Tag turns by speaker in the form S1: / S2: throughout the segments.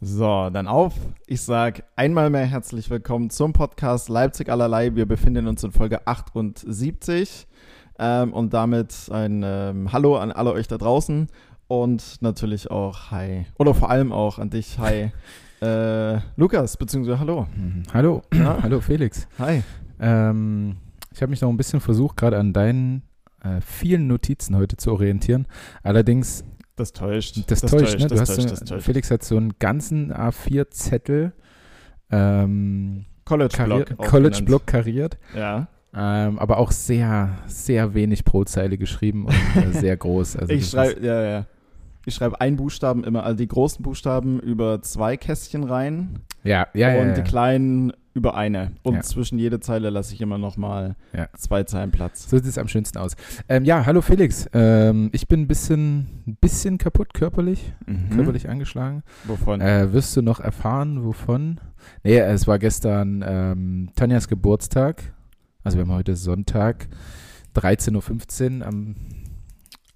S1: So, dann auf. Ich sag einmal mehr herzlich willkommen zum Podcast Leipzig allerlei. Wir befinden uns in Folge 78 ähm, und damit ein ähm, Hallo an alle euch da draußen und natürlich auch Hi oder vor allem auch an dich Hi äh, Lukas beziehungsweise Hallo.
S2: Mhm. Hallo,
S1: Ja.
S2: hallo Felix.
S1: Hi.
S2: Ähm, ich habe mich noch ein bisschen versucht, gerade an deinen äh, vielen Notizen heute zu orientieren. Allerdings,
S1: Das täuscht.
S2: das, täuscht, ne? Du
S1: das
S2: hast
S1: täuscht,
S2: so,
S1: das täuscht.
S2: Felix hat so einen ganzen A4-Zettel ähm,
S1: College
S2: karier-
S1: Block. auch
S2: College-Block kariert,
S1: genannt. Ja.
S2: ähm, aber auch sehr, sehr wenig pro Zeile geschrieben und äh, sehr groß. Also das
S1: Ich
S2: ist-
S1: schreibe, ja, ja. Ich schreibe einen Buchstaben immer, also die großen Buchstaben über zwei Kästchen rein
S2: Ja, ja, ja.
S1: und
S2: ja.
S1: die kleinen über eine. Und
S2: Ja.
S1: zwischen jede Zeile lasse ich immer nochmal
S2: Ja.
S1: zwei Zeilen Platz.
S2: So sieht es am schönsten aus. Ähm, ja, hallo Felix. Ähm, ich bin ein bisschen, ein bisschen kaputt körperlich,
S1: Mhm.
S2: körperlich angeschlagen.
S1: Wovon?
S2: Äh, wirst du noch erfahren, wovon? Nee, es war gestern ähm, Tanjas Geburtstag. Also wir haben heute Sonntag, 13.15 Uhr am Äh.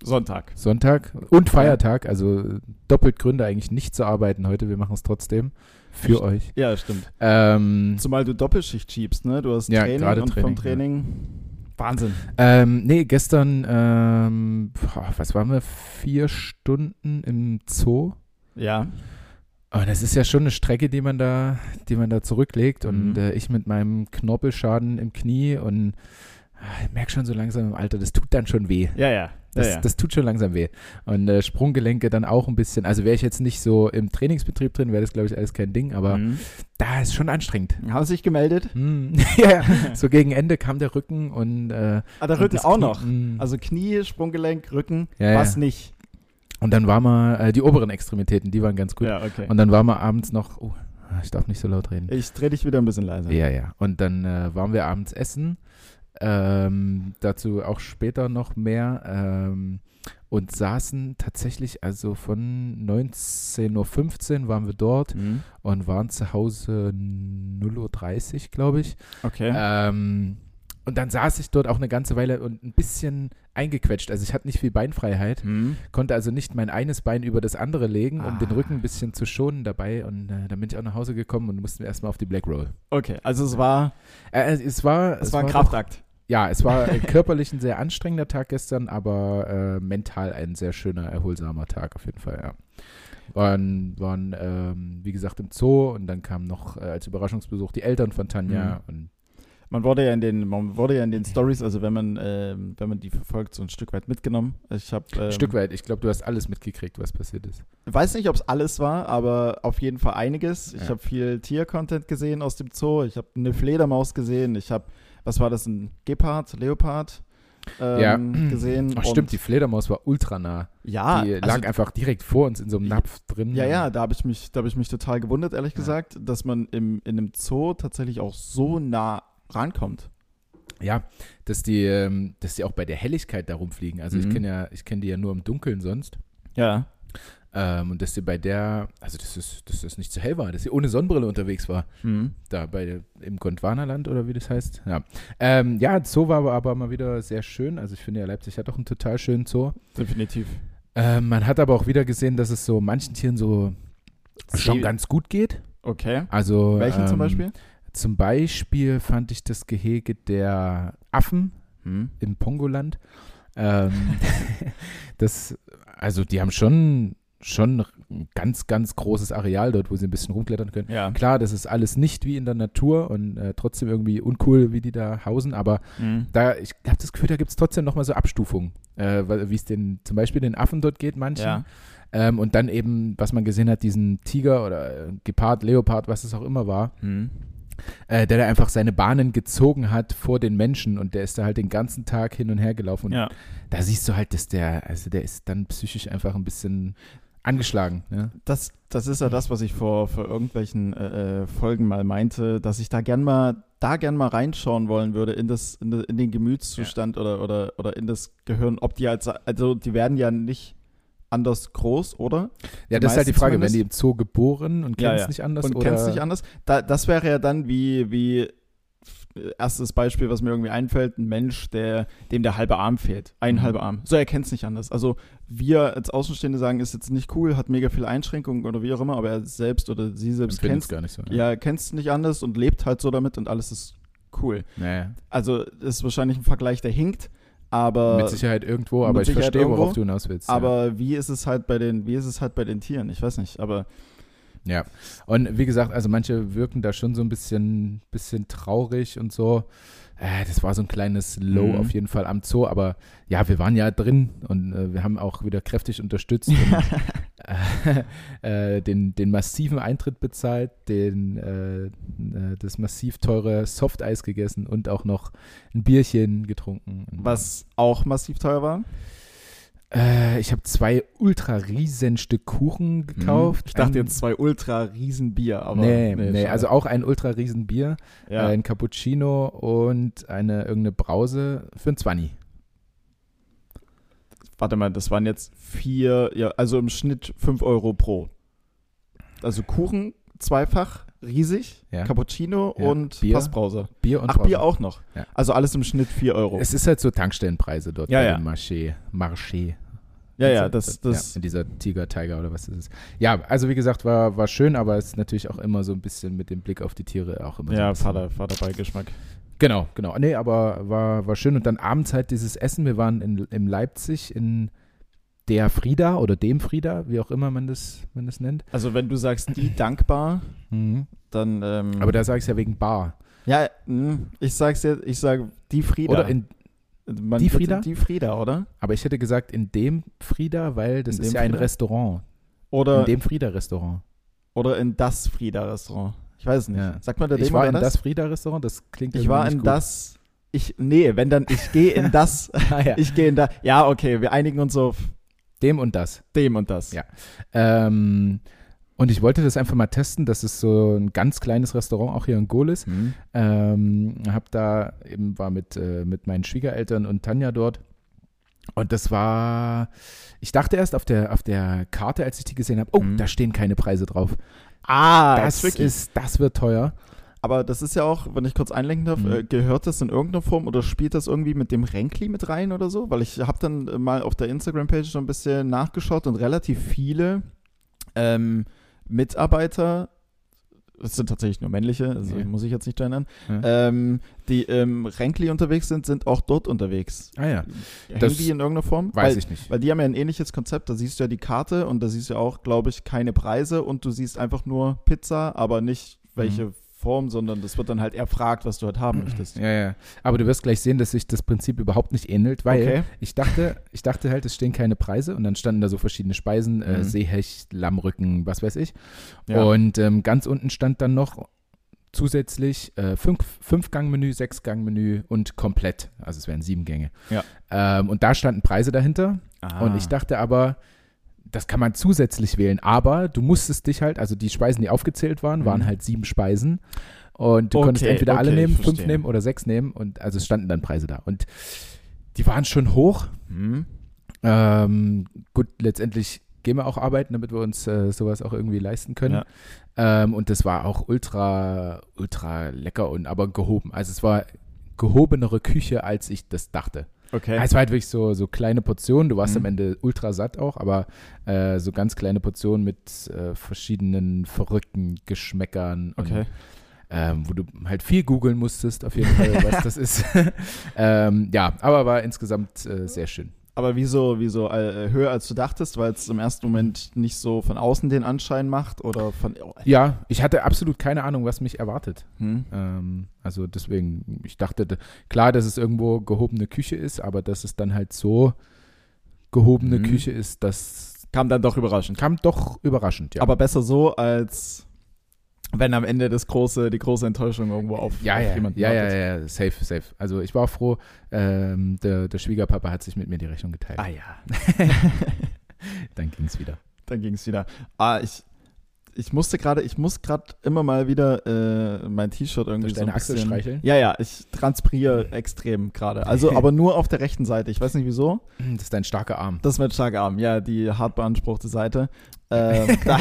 S1: Sonntag.
S2: Sonntag und Feiertag. Also doppelt Gründe eigentlich nicht zu arbeiten heute. Wir machen es trotzdem für euch.
S1: Ja, stimmt.
S2: Ähm,
S1: Zumal du Doppelschicht schiebst, ne? Du hast
S2: Ja,
S1: Training
S2: gerade
S1: und vom
S2: Training,
S1: Training. Wahnsinn.
S2: ähm, nee, gestern, ähm, boah, was waren wir, vier Stunden im Zoo.
S1: Ja.
S2: Und das ist ja schon eine Strecke, die man da, die man da zurücklegt.
S1: Mhm.
S2: Und äh, ich mit meinem Knorpelschaden im Knie und ah, ich merke schon so langsam im Alter, das tut dann schon weh.
S1: Ja, ja.
S2: Das,
S1: ja, ja.
S2: das tut schon langsam weh. Und äh, Sprunggelenke dann auch ein bisschen. Also wäre ich jetzt nicht so im Trainingsbetrieb drin, wäre das, glaube ich, alles kein Ding. Aber
S1: Mhm.
S2: da ist schon anstrengend.
S1: Haben sie sich gemeldet?
S2: Hm. ja, ja. so gegen Ende kam der Rücken und äh,
S1: Ah, der Rücken
S2: das
S1: auch
S2: Knie-
S1: noch.
S2: Hm.
S1: Also Knie, Sprunggelenk, Rücken,
S2: Ja,
S1: was
S2: ja.
S1: nicht.
S2: und dann war mal äh, die oberen Extremitäten, die waren ganz gut.
S1: Ja, okay.
S2: Und dann war mal abends noch, oh, ich darf nicht so laut reden.
S1: ich drehe dich wieder ein bisschen leiser.
S2: Ja, ja. Und dann äh, waren wir abends essen. Ähm, dazu auch später noch mehr. Ähm, und saßen tatsächlich, also von 19.15 Uhr waren wir dort
S1: Mhm.
S2: und waren zu Hause 0.30 Uhr, glaube ich.
S1: Okay.
S2: Ähm, und dann saß ich dort auch eine ganze Weile und ein bisschen eingequetscht. Also ich hatte nicht viel Beinfreiheit,
S1: Mhm.
S2: konnte also nicht mein eines Bein über das andere legen, um den
S1: Ah.
S2: Rücken ein bisschen zu schonen dabei. Und äh, dann bin ich auch nach Hause gekommen und musste erstmal auf die Black Roll.
S1: Okay, also es war,
S2: Äh, es war,
S1: es war ein
S2: doch-
S1: Kraftakt.
S2: Ja, es war äh, körperlich ein sehr anstrengender Tag gestern, aber äh, mental ein sehr schöner, erholsamer Tag auf jeden Fall, ja. Waren, waren ähm, wie gesagt, im Zoo und dann kamen noch äh, als Überraschungsbesuch die Eltern von
S1: Mhm.
S2: Tanja und
S1: Man wurde ja in den, man wurde ja in den Stories, also wenn man, ähm, wenn man die verfolgt, so ein Stück weit mitgenommen. Ich habe ähm,
S2: ein Stück weit. Ich glaube, du hast alles mitgekriegt, was passiert ist.
S1: weiß nicht, ob es alles war, aber auf jeden Fall einiges. Ich
S2: Ja.
S1: habe viel Tier-Content gesehen aus dem Zoo. Ich habe eine Fledermaus gesehen. Ich habe, was war das, ein Gepard, Leopard
S2: Ja.
S1: ähm, gesehen.
S2: Ach, stimmt,
S1: Und,
S2: die Fledermaus war ultra nah.
S1: ja,
S2: die
S1: also
S2: lag einfach direkt vor uns in so einem
S1: Ja,
S2: Napf drin.
S1: Ja, ja, da habe ich mich, da habe ich mich total gewundert, ehrlich
S2: Ja.
S1: gesagt, dass man im, in einem Zoo tatsächlich auch so nah rankommt.
S2: Ja, dass die, ähm, dass die auch bei der Helligkeit da rumfliegen. Also
S1: Mhm.
S2: ich kenne ja, ich kenne die ja nur im Dunkeln sonst.
S1: Ja.
S2: Ähm, und dass sie bei der, also dass es, dass es nicht zu hell war, dass sie ohne Sonnenbrille unterwegs war,
S1: Mhm.
S2: da bei im Gondwanaland oder wie das heißt. Ja, ähm, ja Zoo war aber, aber mal wieder sehr schön. Also ich finde ja, Leipzig hat auch einen total schönen Zoo.
S1: Definitiv.
S2: Ähm, man hat aber auch wieder gesehen, dass es so manchen Tieren so schon
S1: Sie-
S2: ganz gut geht.
S1: Okay.
S2: Also
S1: Welchen
S2: ähm,
S1: zum Beispiel?
S2: Zum Beispiel fand ich das Gehege der Affen im Pongoland. Ähm, das, also die haben schon, schon ein ganz, ganz großes Areal dort, wo sie ein bisschen rumklettern können.
S1: Ja.
S2: Klar, das ist alles nicht wie in der Natur und äh, trotzdem irgendwie uncool, wie die da hausen, aber da, ich habe das Gefühl, da gibt es trotzdem nochmal so Abstufungen, äh, weil- wie es den, zum Beispiel den Affen dort geht, manchen.
S1: Ja.
S2: Ähm, und dann eben, was man gesehen hat, diesen Tiger oder äh, Gepard, Leopard, was es auch immer war,
S1: Hm.
S2: äh, der da einfach seine Bahnen gezogen hat vor den Menschen und der ist da halt den ganzen Tag hin und her gelaufen. Und
S1: Ja.
S2: Da siehst du halt, dass der, also der ist dann psychisch einfach ein bisschen angeschlagen. Ne?
S1: Das, das ist ja das, was ich vor, vor irgendwelchen äh, äh, Folgen mal meinte, dass ich da gern mal da gern mal reinschauen wollen würde in das in, de- in den Gemütszustand oder, oder oder in das Gehirn, ob die als also die werden ja nicht anders groß, oder? Die
S2: Ja, das ist halt die
S1: meisten
S2: Frage,
S1: zumindest.
S2: werden die im Zoo geboren und
S1: Ja,
S2: kennen es
S1: ja.
S2: nicht anders
S1: und
S2: oder
S1: kennst dich anders. Da, das wäre ja dann wie, wie erstes Beispiel, was mir irgendwie einfällt, ein Mensch, der, dem der halbe Arm fehlt. Ein
S2: Mhm.
S1: halber Arm. So, er kennt es nicht anders. Also wir als Außenstehende sagen, ist jetzt nicht cool, hat mega viele Einschränkungen oder wie auch immer, aber er selbst oder sie selbst
S2: Empfindet
S1: kennt
S2: es gar nicht so.
S1: ja, er kennt's nicht anders und lebt halt so damit und alles ist cool.
S2: Naja.
S1: Also das ist wahrscheinlich ein Vergleich, der hinkt, aber
S2: mit Sicherheit irgendwo,
S1: Äh, mit
S2: aber ich
S1: Sicherheit
S2: verstehe, worauf
S1: irgendwo,
S2: du hinaus willst. ja.
S1: aber wie ist es halt bei den wie ist es halt bei den Tieren? Ich weiß nicht, aber
S2: Ja. Und wie gesagt, also manche wirken da schon so ein bisschen, bisschen traurig und so. Äh, das war so ein kleines Low
S1: Mhm.
S2: auf jeden Fall am Zoo, aber ja, wir waren ja drin und äh, wir haben auch wieder kräftig unterstützt und äh, äh, den, den massiven Eintritt bezahlt, den, äh, äh, das massiv teure Softeis gegessen und auch noch ein Bierchen getrunken.
S1: was auch massiv teuer war.
S2: Äh, ich habe zwei ultra riesen Stück Kuchen gekauft.
S1: Hm. Ich dachte
S2: Ein-
S1: jetzt zwei ultra riesen Bier, aber
S2: Ähm, nee, nee,
S1: schade.
S2: also auch ein ultra riesen Bier,
S1: ja.
S2: Äh, ein Cappuccino und eine irgendeine Brause für ein Zwanni.
S1: warte mal, das waren jetzt vier, ja, also im Schnitt fünf Euro pro. Also Kuchen zweifach, riesig,
S2: Ja.
S1: Cappuccino
S2: Ja,
S1: und
S2: Bier
S1: Fassbrause.
S2: Bier und
S1: Ach,
S2: Brause.
S1: Bier auch noch.
S2: Ja.
S1: Also alles im Schnitt vier Euro.
S2: Es ist halt so Tankstellenpreise dort
S1: Ja,
S2: bei
S1: ja.
S2: dem Marché. Marché. Also
S1: ja, ja, das, das,
S2: Ja, in dieser Tiger, Tiger oder was ist es? Ja, also wie gesagt, war, war schön, aber es ist natürlich auch immer so ein bisschen mit dem Blick auf die Tiere auch immer so ein
S1: ja,
S2: bisschen-
S1: Vater, Vaterbeigeschmack.
S2: Genau, genau. Nee, aber war, war schön. Und dann abends halt dieses Essen. Wir waren in, in Leipzig in der Frieda oder dem Frieda, wie auch immer man das, man das nennt.
S1: Also wenn du sagst, die dankbar, dann, ähm,
S2: Aber da sage ich ja wegen Bar.
S1: ja, mh, ich sag's jetzt, ich sag die Frieda.
S2: Oder in,
S1: Man-
S2: die Frieda?
S1: Die Frieda, oder?
S2: aber ich hätte gesagt in dem Frieda, weil das
S1: In
S2: ist
S1: dem
S2: ja ein
S1: Frieda?
S2: Restaurant. in
S1: Oder in,
S2: dem Frieda-Restaurant.
S1: oder in das Frieda-Restaurant. Ich weiß es nicht.
S2: Ja.
S1: Sagt man da
S2: Ich
S1: dem
S2: war
S1: oder
S2: in das Frieda-Restaurant, das klingt
S1: Ich
S2: irgendwie
S1: war
S2: nicht
S1: in
S2: gut.
S1: das. Ich, nee, wenn dann, ich gehe in das.
S2: Ah, ja.
S1: Ich gehe in da. Ja, okay, wir einigen uns auf
S2: dem und das.
S1: dem und das.
S2: Ja. Ähm, und ich wollte das einfach mal testen. Das ist so ein ganz kleines Restaurant, auch hier in Golis.
S1: Mhm.
S2: Ähm, hab da eben war mit, äh, mit meinen Schwiegereltern und Tanja dort. Und das war, ich dachte erst auf der, auf der Karte, als ich die gesehen habe, oh,
S1: Mhm.
S2: da stehen keine Preise drauf.
S1: Ah,
S2: Das
S1: tricky.
S2: ist, das wird teuer.
S1: Aber das ist ja auch, wenn ich kurz einlenken darf,
S2: Mhm.
S1: äh, gehört das in irgendeiner Form oder spielt das irgendwie mit dem Renkli mit rein oder so? Weil ich habe dann äh, mal auf der Instagram-Page schon ein bisschen nachgeschaut und relativ viele ähm, Mitarbeiter, es sind tatsächlich nur männliche, also
S2: Ja.
S1: muss ich jetzt nicht gendern,
S2: Ja.
S1: ähm, die im Renkli unterwegs sind, sind auch dort unterwegs.
S2: Ah ja,
S1: Hängen
S2: Das
S1: die in irgendeiner Form?
S2: weiß
S1: Weil-
S2: ich nicht.
S1: Weil die haben ja ein ähnliches Konzept, da siehst du ja die Karte und da siehst du ja auch, glaube ich, keine Preise und du siehst einfach nur Pizza, aber nicht welche
S2: Mhm.
S1: Form, sondern das wird dann halt erfragt, was du halt haben möchtest.
S2: Ja, ja. Aber du wirst gleich sehen, dass sich das Prinzip überhaupt nicht ähnelt, weil
S1: Okay.
S2: ich dachte, ich dachte halt, es stehen keine Preise und dann standen da so verschiedene Speisen, äh,
S1: Mhm.
S2: Seehecht, Lammrücken, was weiß ich.
S1: Ja.
S2: Und ähm, ganz unten stand dann noch zusätzlich äh, fünf, fünf Gang-Menü, sechs Gang-Menü und komplett. Also es wären sieben Gänge.
S1: Ja.
S2: Ähm, und da standen Preise dahinter.
S1: Ah.
S2: Und ich dachte aber, das kann man zusätzlich wählen, aber du musstest dich halt, also die Speisen, die aufgezählt waren, waren
S1: Mhm.
S2: halt sieben Speisen. Und du
S1: Okay,
S2: konntest entweder alle
S1: okay, ich
S2: nehmen, fünf
S1: verstehe.
S2: nehmen oder sechs nehmen. Und also es standen dann Preise da. Und die waren schon hoch.
S1: Hm.
S2: Ähm, gut, letztendlich gehen wir auch arbeiten, damit wir uns äh, sowas auch irgendwie leisten können. Ähm, und das war auch ultra, ultra lecker und aber gehoben. Also es war gehobenere Küche, als ich das dachte.
S1: Okay.
S2: Ja, Es war halt wirklich so, so kleine Portionen. Du warst
S1: Mhm.
S2: am Ende ultra satt auch, aber äh, so ganz kleine Portionen mit äh, verschiedenen verrückten Geschmäckern. Und,
S1: okay.
S2: ähm, wo du halt viel googeln musstest, auf jeden Fall, was das ist. ähm, ja, aber war insgesamt äh, sehr schön.
S1: Aber wieso, wieso äh, höher als du dachtest, weil es im ersten Moment nicht so von außen den Anschein macht oder von. Oh,
S2: Ja, ich hatte absolut keine Ahnung, was mich erwartet.
S1: hm.
S2: Ähm, also deswegen, ich dachte, d- klar, dass es irgendwo gehobene Küche ist, aber dass es dann halt so gehobene
S1: Mhm.
S2: Küche ist, das
S1: Kam dann doch überraschend.
S2: kam doch überraschend, ja.
S1: Aber besser so, als wenn am Ende das große, die große Enttäuschung irgendwo auf,
S2: Ja,
S1: auf
S2: ja,
S1: jemanden
S2: ja, ja,
S1: wartet.
S2: ja, safe, safe. Also ich war auch froh, ähm, der, der Schwiegerpapa hat sich mit mir die Rechnung geteilt.
S1: Ah ja.
S2: Dann ging es wieder.
S1: Dann ging es wieder. Ah, ich, ich musste gerade, ich muss gerade immer mal wieder äh, mein T-Shirt irgendwie
S2: Durch
S1: so ein
S2: deine Achsel
S1: bisschen,
S2: streicheln?
S1: Ja, ja, ich transpiriere extrem gerade. Also, aber nur auf der rechten Seite. Ich weiß nicht wieso.
S2: Das ist dein starker Arm.
S1: Das ist mein starker Arm. Ja, die hart beanspruchte Seite. Ähm, da,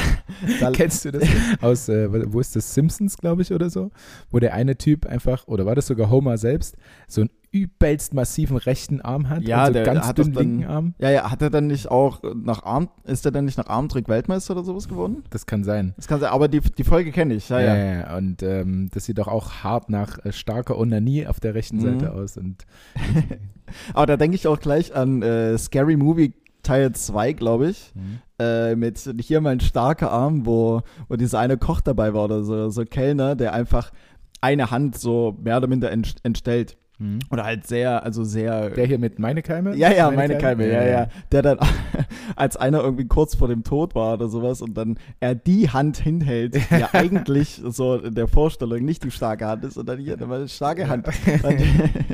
S1: da,
S2: Kennst du das aus, äh, wo ist das, Simpsons, glaube ich, oder so? Wo der eine Typ einfach, oder war das sogar Homer selbst, so einen übelst massiven rechten Arm hat
S1: Ja,
S2: und so
S1: der
S2: ganz
S1: hat doch
S2: dünnen
S1: dann-
S2: linken Arm?
S1: ja, ja, hat er dann nicht auch nach Arm, ist er dann nicht nach Armdrück Weltmeister oder sowas geworden?
S2: Das kann sein.
S1: Das kann sein, aber die, die Folge kenne ich, ja, ja.
S2: Ja, ja, und ähm, das sieht doch auch hart nach äh, starker Onanie auf der rechten
S1: Mhm.
S2: Seite aus. Und
S1: Aber da denke ich auch gleich an äh, Scary Movie Teil 2, glaube ich.
S2: Mhm.
S1: Äh, mit hier mein starker Arm, wo, wo dieser eine Koch dabei war oder so, so Kellner, der einfach eine Hand so mehr oder minder ent, entstellt.
S2: Mhm.
S1: Oder halt sehr, also sehr.
S2: Äh, der hier mit meine Keime?
S1: ja, ja, meine Keime, ja, ja. Der dann, als einer irgendwie kurz vor dem Tod war oder sowas und dann er die Hand hinhält, die ja eigentlich so in der Vorstellung nicht die starke Hand ist, und dann hier eine starke Hand.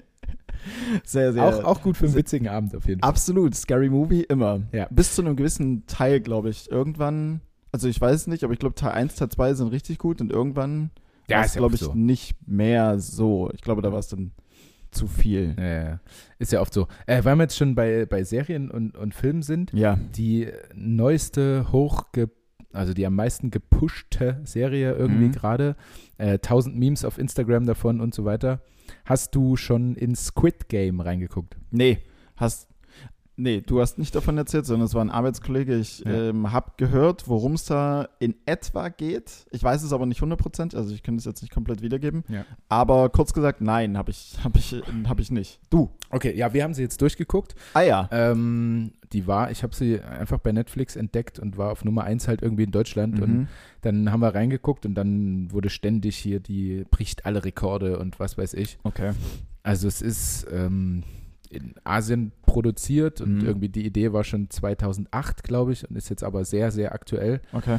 S1: sehr, sehr. Ah,
S2: Auch, auch gut für einen witzigen Abend auf jeden Fall.
S1: Absolut, Scary Movie immer.
S2: Ja.
S1: Bis zu einem gewissen Teil, glaube ich. Irgendwann, also ich weiß nicht, aber ich glaube Teil 1, Teil 2 sind richtig gut und irgendwann
S2: Ja,
S1: war
S2: ist
S1: es,
S2: ja
S1: glaube
S2: auch
S1: ich,
S2: so.
S1: nicht mehr so. Ich glaube, da war es dann zu viel.
S2: Ja, ja, ja. Ist ja oft so. Äh, weil wir jetzt schon bei, bei Serien und, und Filmen sind,
S1: Ja.
S2: die neueste, hochge also die am meisten gepushte Serie irgendwie
S1: Mhm.
S2: gerade, äh, 1000 Memes auf Instagram davon und so weiter. Hast du schon in Squid Game reingeguckt?
S1: Nee, hast. Nee, du hast nicht davon erzählt, sondern es war ein Arbeitskollege. Ich
S2: Ja.
S1: ähm, habe gehört, worum es da in etwa geht. Ich weiß es aber nicht 100%, also ich kann es jetzt nicht komplett wiedergeben.
S2: Ja.
S1: Aber kurz gesagt, nein, habe ich, hab ich, hab ich nicht. Du.
S2: Okay, ja, wir haben sie jetzt durchgeguckt.
S1: Ah ja.
S2: Ähm, die war, ich habe sie einfach bei Netflix entdeckt und war auf Nummer 1 halt irgendwie in Deutschland und
S1: Mhm.
S2: dann haben wir reingeguckt und dann wurde ständig hier die bricht alle Rekorde und was weiß ich.
S1: Okay.
S2: Also es ist ähm, in Asien produziert und
S1: Mhm.
S2: irgendwie die Idee war schon 2008, glaube ich, und ist jetzt aber sehr, sehr aktuell.
S1: Okay.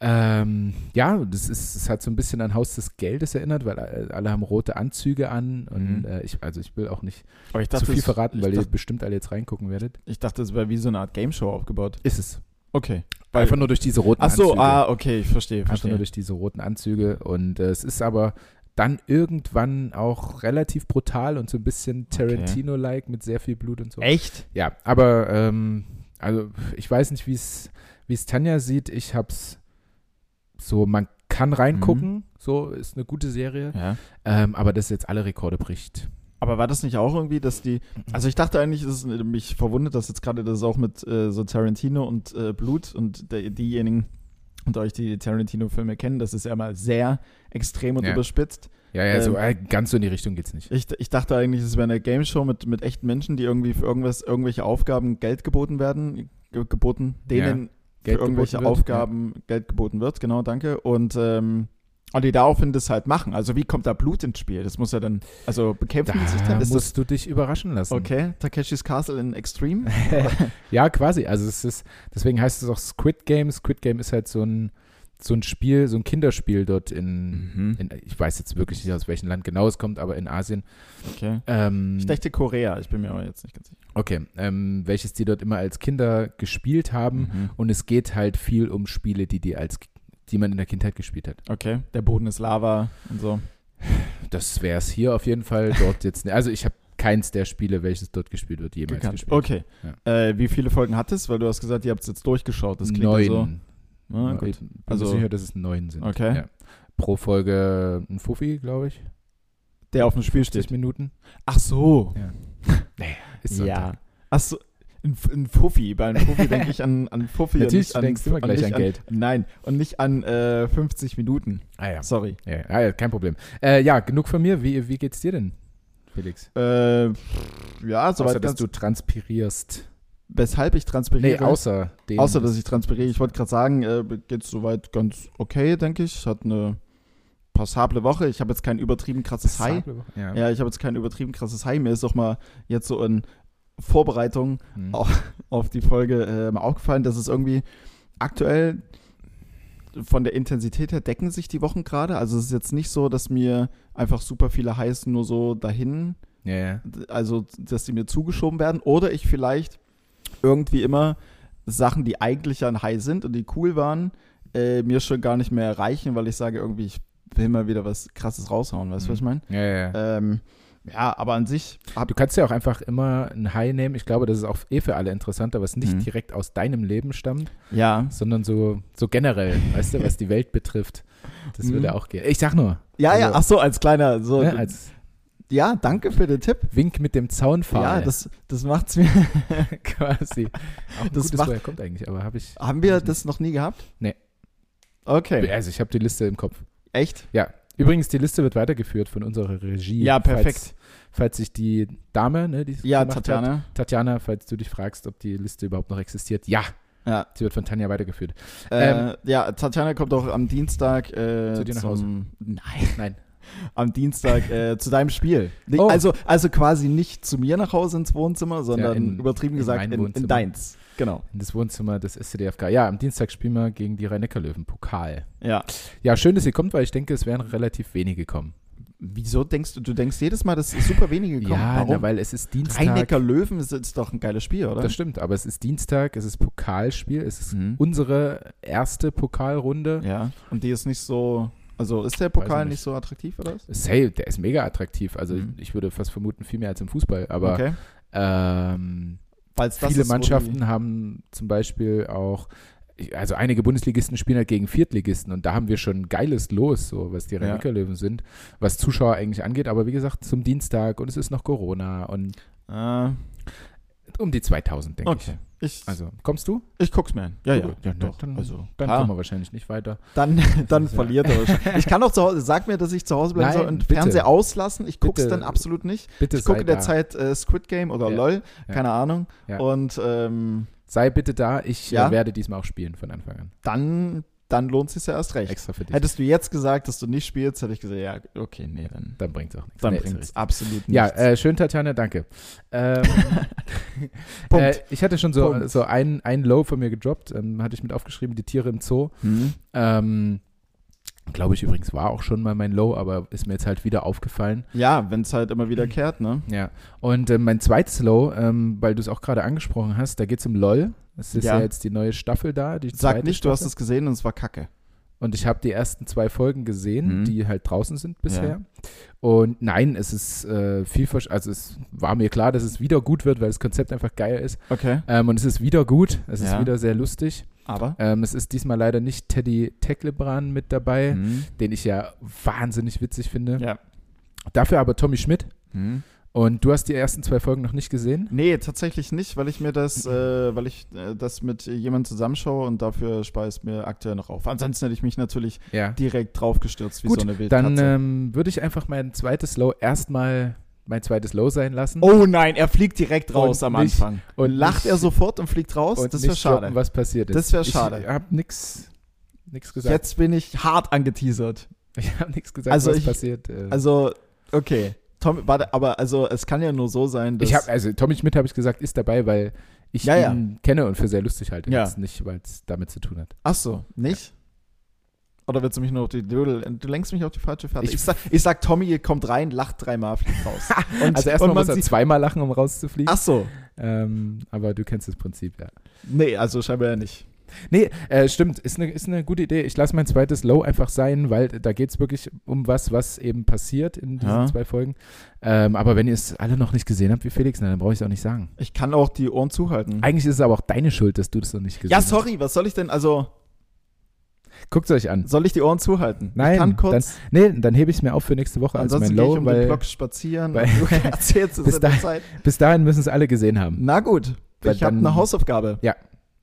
S2: Ähm, ja, das ist, es hat so ein bisschen an Haus des Geldes erinnert, weil äh, alle haben rote Anzüge an und
S1: Mhm.
S2: äh, ich, also ich will auch nicht
S1: Aber ich
S2: zu viel verraten,
S1: es,
S2: weil
S1: ich,
S2: ihr
S1: dachte,
S2: bestimmt alle jetzt reingucken werdet.
S1: ich dachte, es wäre wie so eine Art Game Show aufgebaut.
S2: Ist es.
S1: Okay. Weil-
S2: Einfach nur durch diese roten
S1: Ach so,
S2: Anzüge.
S1: ah, okay, ich verstehe,
S2: Einfach nur
S1: verstehe.
S2: durch diese roten Anzüge. Und äh, es ist aber dann irgendwann auch relativ brutal und so ein bisschen Tarantino-like mit sehr viel Blut und so.
S1: Echt?
S2: Ja, aber ähm, also ich weiß nicht, wie es wie es Tanja sieht. Ich hab's so, man kann reingucken.
S1: Mhm.
S2: So ist eine gute Serie.
S1: Ja.
S2: Ähm, aber das jetzt alle Rekorde bricht.
S1: Aber war das nicht auch irgendwie, dass die. Also ich dachte eigentlich, es ist mich verwundert, dass jetzt gerade das auch mit äh, so Tarantino und äh, Blut und der, diejenigen unter euch, die Tarantino-Filme kennen, das ist ja mal sehr extrem und
S2: Ja.
S1: überspitzt.
S2: Ja, ja,
S1: Ähm,
S2: so äh, ganz so in die Richtung geht's nicht.
S1: Ich, ich dachte eigentlich, es wäre eine Game Show mit, mit echten Menschen, die irgendwie für irgendwas, irgendwelche Aufgaben Geld geboten werden, ge geboten, denen für irgendwelche
S2: geboten wird.
S1: Aufgaben Geld geboten wird, genau, danke. Und, ähm, und die daraufhin das halt machen. Also wie kommt da Blut ins Spiel? Das muss ja dann, also bekämpfen die sich
S2: Da
S1: dann? Ist das,
S2: musst du dich überraschen lassen.
S1: okay, Takeshis Castle in Extreme?
S2: Ja, quasi. Also es ist, deswegen heißt es auch Squid Game. Squid Game ist halt so ein, so ein Spiel, so ein Kinderspiel dort
S1: Mhm.
S2: in, in, ich weiß jetzt wirklich nicht, aus welchem Land genau es kommt, aber in Asien.
S1: Okay.
S2: Ähm,
S1: Ich dachte Korea, ich bin mir aber jetzt nicht ganz sicher.
S2: Okay, ähm, welches die dort immer als Kinder gespielt haben.
S1: Mhm.
S2: Und es geht halt viel um Spiele, die die als die man in der Kindheit gespielt hat.
S1: Okay, der Boden ist Lava und so.
S2: Das wäre es hier auf jeden Fall. Dort jetzt. Also ich habe keins der Spiele, welches dort gespielt wird, jemals
S1: Gekannt.
S2: gespielt.
S1: Okay. Äh, wie viele Folgen hat es? Weil du hast gesagt, ihr habt es jetzt durchgeschaut. Das klingt ja
S2: neun.
S1: so. Ah,
S2: ich
S1: gut.
S2: bin
S1: Also-
S2: also, sicher, dass es neun sind.
S1: Okay.
S2: Ja. Pro Folge ein Fuffi, glaube ich.
S1: Der auf dem Spiel
S2: 40
S1: steht.
S2: Minuten.
S1: Ach so.
S2: Ist
S1: ja.
S2: Sonntag.
S1: Ach so. Ein, F- ein Fuffi. Bei einem Fuffi denke ich an, an Fuffi.
S2: Natürlich
S1: und nicht
S2: denkst du
S1: an,
S2: immer gleich
S1: und
S2: an
S1: nicht
S2: Geld.
S1: Nein, und nicht an äh, 50 Minuten.
S2: Ah ja.
S1: Sorry.
S2: Ja, ja. Ah, ja kein Problem. Äh, ja, genug von mir. Wie, wie geht's dir denn, Felix?
S1: Äh, ja,
S2: außer,
S1: soweit
S2: dass
S1: ganz,
S2: du transpirierst.
S1: Weshalb ich transpiriere.
S2: Nee, außer dem.
S1: außer, dass ich transpiriere. Ich wollte gerade sagen, äh, geht es soweit ganz okay, denke ich. Hat eine passable Woche. Ich habe jetzt kein übertrieben krasses High.
S2: Ja.
S1: Ja, ich habe jetzt kein übertrieben krasses High. Mir ist doch mal jetzt so in Vorbereitung
S2: Hm.
S1: Au- auf die Folge äh, mal aufgefallen, dass es irgendwie aktuell von der Intensität her decken sich die Wochen gerade. Also es ist jetzt nicht so, dass mir einfach super viele Highs nur so dahin
S2: Ja, ja.
S1: also dass die mir zugeschoben werden oder ich vielleicht irgendwie immer Sachen, die eigentlich ein High sind und die cool waren, äh, äh, mir schon gar nicht mehr erreichen, weil ich sage irgendwie, ich will mal wieder was Krasses raushauen, weißt du, was ich meine?
S2: Ja, ja, ja.
S1: Ähm, ja, aber an sich, hab,
S2: Mhm. Du kannst ja auch einfach immer ein High nehmen. Ich glaube, das ist auch eh für alle interessanter, was nicht
S1: Mhm.
S2: direkt aus deinem Leben stammt,
S1: ja.
S2: sondern so, so generell, weißt du, was die Welt betrifft. Das
S1: Mhm.
S2: würde auch gehen. Ich sag nur,
S1: Ja, ja,
S2: Also-
S1: ach so, als kleiner, so,
S2: ne, als
S1: ja, danke für den Tipp.
S2: Wink mit dem Zaunpfahl.
S1: Ja, das, das macht's mir.
S2: quasi. Auch ein
S1: Das
S2: gutes,
S1: macht-
S2: woher kommt eigentlich, aber habe ich.
S1: Haben wir das noch nie gehabt?
S2: Nee.
S1: Okay.
S2: Also ich habe die Liste im Kopf.
S1: Echt?
S2: Ja. Übrigens, die Liste wird weitergeführt von unserer Regie.
S1: Ja, perfekt.
S2: Falls, falls sich die Dame, ne, die es
S1: Ja,
S2: gemacht hat,
S1: Tatjana.
S2: Tatjana, falls du dich fragst, ob die Liste überhaupt noch existiert, ja.
S1: Ja.
S2: Sie wird von Tanja weitergeführt.
S1: Äh, ja, Tatjana kommt auch am Dienstag äh,
S2: Zu dir nach
S1: zum,
S2: Hause.
S1: Nein.
S2: Nein.
S1: Am Dienstag äh, zu deinem Spiel. Nee,
S2: Oh.
S1: Also, also quasi nicht zu mir nach Hause ins Wohnzimmer, sondern
S2: Ja, in-
S1: übertrieben
S2: in
S1: gesagt
S2: mein
S1: in, in
S2: Wohnzimmer.
S1: deins. Genau.
S2: In das Wohnzimmer des SCDFK. Ja, am Dienstag spielen wir gegen die Rhein-Neckar-Löwen. Pokal.
S1: Ja.
S2: Ja, schön, dass sie kommt, weil ich denke, es wären relativ wenige kommen.
S1: Wieso denkst du, du denkst jedes Mal, dass super wenige kommen?
S2: Ja, na,
S1: Warum?
S2: weil es ist Dienstag.
S1: Rhein-Neckar Löwen ist, ist doch ein geiles Spiel, oder?
S2: Das stimmt, aber es ist Dienstag, es ist Pokalspiel, es ist
S1: Mhm.
S2: unsere erste Pokalrunde.
S1: ja. Und die ist nicht so. Also ist der Pokal
S2: nicht.
S1: nicht. so attraktiv, oder? was?
S2: Say, der ist mega attraktiv. Also
S1: Mhm.
S2: ich würde fast vermuten, viel mehr als im Fußball. Aber
S1: okay.
S2: ähm,
S1: Weil's das
S2: viele
S1: ist, wo die-
S2: Mannschaften haben zum Beispiel auch, also einige Bundesligisten spielen halt gegen Viertligisten und da haben wir schon ein geiles Los, so was die
S1: Ja.
S2: rhein löwen sind, was Zuschauer eigentlich angeht. Aber wie gesagt, zum Dienstag und es ist noch Corona und
S1: Äh,
S2: um die 2000, denke
S1: okay. Ich,
S2: ich. Also kommst du?
S1: ich guck's mir an. Ja, ja.
S2: dann,
S1: doch.
S2: dann,
S1: also,
S2: dann
S1: klar.
S2: kommen wir wahrscheinlich nicht weiter.
S1: Dann, dann
S2: Ja.
S1: verliert er wahrscheinlich. Ich kann auch zu Hause, sag mir, dass ich zu Hause bleiben
S2: Nein,
S1: soll und
S2: bitte.
S1: Fernseher auslassen. Ich gucke es
S2: Bitte.
S1: dann absolut nicht.
S2: Bitte
S1: Ich gucke
S2: sei
S1: in der
S2: da.
S1: Zeit äh, Squid Game oder
S2: Ja.
S1: LOL,
S2: Ja.
S1: keine Ahnung.
S2: Ja.
S1: Und ähm,
S2: Sei bitte da. Ich
S1: Ja?
S2: äh, werde diesmal auch spielen von Anfang an.
S1: dann, dann lohnt es sich ja erst recht.
S2: Extra für dich.
S1: Hättest du jetzt gesagt, dass du nicht spielst, hätte ich gesagt, ja, okay, nee, dann,
S2: dann bringt's auch nichts.
S1: dann
S2: Nee, ist
S1: bringt
S2: richtig.
S1: es absolut nichts.
S2: Ja, äh, schön, Tatjana, danke. Ähm,
S1: Punkt.
S2: Äh, ich hatte schon so,
S1: Punkt.
S2: so ein, ein Low von mir gedroppt, ähm, hatte ich mit aufgeschrieben, die Tiere im Zoo.
S1: Hm?
S2: Ähm, Glaube ich übrigens war auch schon mal mein Low, aber ist mir jetzt halt wieder aufgefallen.
S1: Ja, wenn es halt immer wieder kehrt, ne?
S2: Ja. Und äh, mein zweites Low, ähm, weil du es auch gerade angesprochen hast, da geht's um LOL. Es ist ja.
S1: Ja.
S2: jetzt die neue Staffel da. Die
S1: Sag
S2: zweite
S1: nicht, du hast
S2: Staffel.
S1: es gesehen und es war kacke.
S2: Und ich habe die ersten zwei Folgen gesehen,
S1: Mhm.
S2: die halt draußen sind bisher. Und nein, es ist äh, vielversch also es war mir klar, dass es wieder gut wird, weil das Konzept einfach geil ist.
S1: Okay.
S2: Ähm, und es ist wieder gut, es ist
S1: Ja.
S2: wieder sehr lustig.
S1: Aber?
S2: Ähm, es ist diesmal leider nicht Teddy Tecklebran mit dabei,
S1: Hm?
S2: den ich ja wahnsinnig witzig finde.
S1: Ja.
S2: Dafür aber Tommy Schmidt.
S1: Hm?
S2: Und du hast die ersten zwei Folgen noch nicht gesehen?
S1: Nee, tatsächlich nicht, weil ich mir das,
S2: Mhm.
S1: äh, weil ich äh, das mit jemandem zusammenschaue und dafür speist mir aktuell noch auf. Ansonsten hätte ich mich natürlich
S2: Ja.
S1: direkt draufgestürzt, wie
S2: Gut,
S1: so eine wilde
S2: Dann
S1: Katze.
S2: ähm, würde ich einfach mein zweites Low erstmal mein zweites Low sein lassen.
S1: oh nein, er fliegt direkt raus
S2: und
S1: am
S2: nicht-
S1: Anfang. Und lacht er sofort und fliegt raus?
S2: und
S1: das
S2: nicht
S1: wäre schade.
S2: droppen, was passiert ist.
S1: Das wär schade.
S2: Ich habe nix, nix gesagt.
S1: Jetzt bin ich hart angeteasert.
S2: Ich habe nichts gesagt,
S1: Also
S2: was
S1: ich-
S2: passiert. äh.
S1: Also, okay. Tom, warte, aber also es kann ja nur so sein, dass.
S2: ich habe also Tommy Schmidt habe ich gesagt, ist dabei, weil ich
S1: Ja, ja.
S2: ihn kenne und für sehr lustig halte.
S1: Ja.
S2: Jetzt nicht, weil es damit zu tun hat.
S1: Ach so, nicht? Oder willst du mich nur auf die Dödel? Du lenkst mich auf die falsche Fährte.
S2: Ich-
S1: Ich, sag, ich sag, Tommy kommt rein, lacht dreimal, fliegt raus. Und- und
S2: Also erstmal
S1: man
S2: muss er
S1: sieht-
S2: zweimal lachen, um rauszufliegen.
S1: Ach so,
S2: Ähm, aber du kennst das Prinzip, ja.
S1: Nee, also scheinbar ja nicht.
S2: Nee, äh, stimmt, ist eine ist eine gute Idee. Ich lasse mein zweites Low einfach sein, weil da geht es wirklich um was, was eben passiert in diesen
S1: Ja.
S2: zwei Folgen. Ähm, aber wenn ihr es alle noch nicht gesehen habt wie Felix, na, dann brauche ich es auch nicht sagen.
S1: Ich kann auch die Ohren zuhalten.
S2: Eigentlich ist es aber auch deine Schuld, dass du das noch nicht gesehen
S1: Ja,
S2: hast.
S1: sorry, was soll ich denn? Also,
S2: Guckt euch an.
S1: soll ich die Ohren zuhalten?
S2: Nein,
S1: Ich kann kurz,
S2: dann, nee, dann hebe ich es mir auf für nächste Woche als mein
S1: ansonsten gehe ich
S2: Low,
S1: um den
S2: weil
S1: Block spazieren
S2: weil-
S1: und du erzählst es
S2: Bis
S1: in der
S2: dahin-
S1: Zeit.
S2: bis dahin müssen es alle gesehen haben.
S1: Na gut,
S2: Weil
S1: ich habe
S2: dann-
S1: eine Hausaufgabe.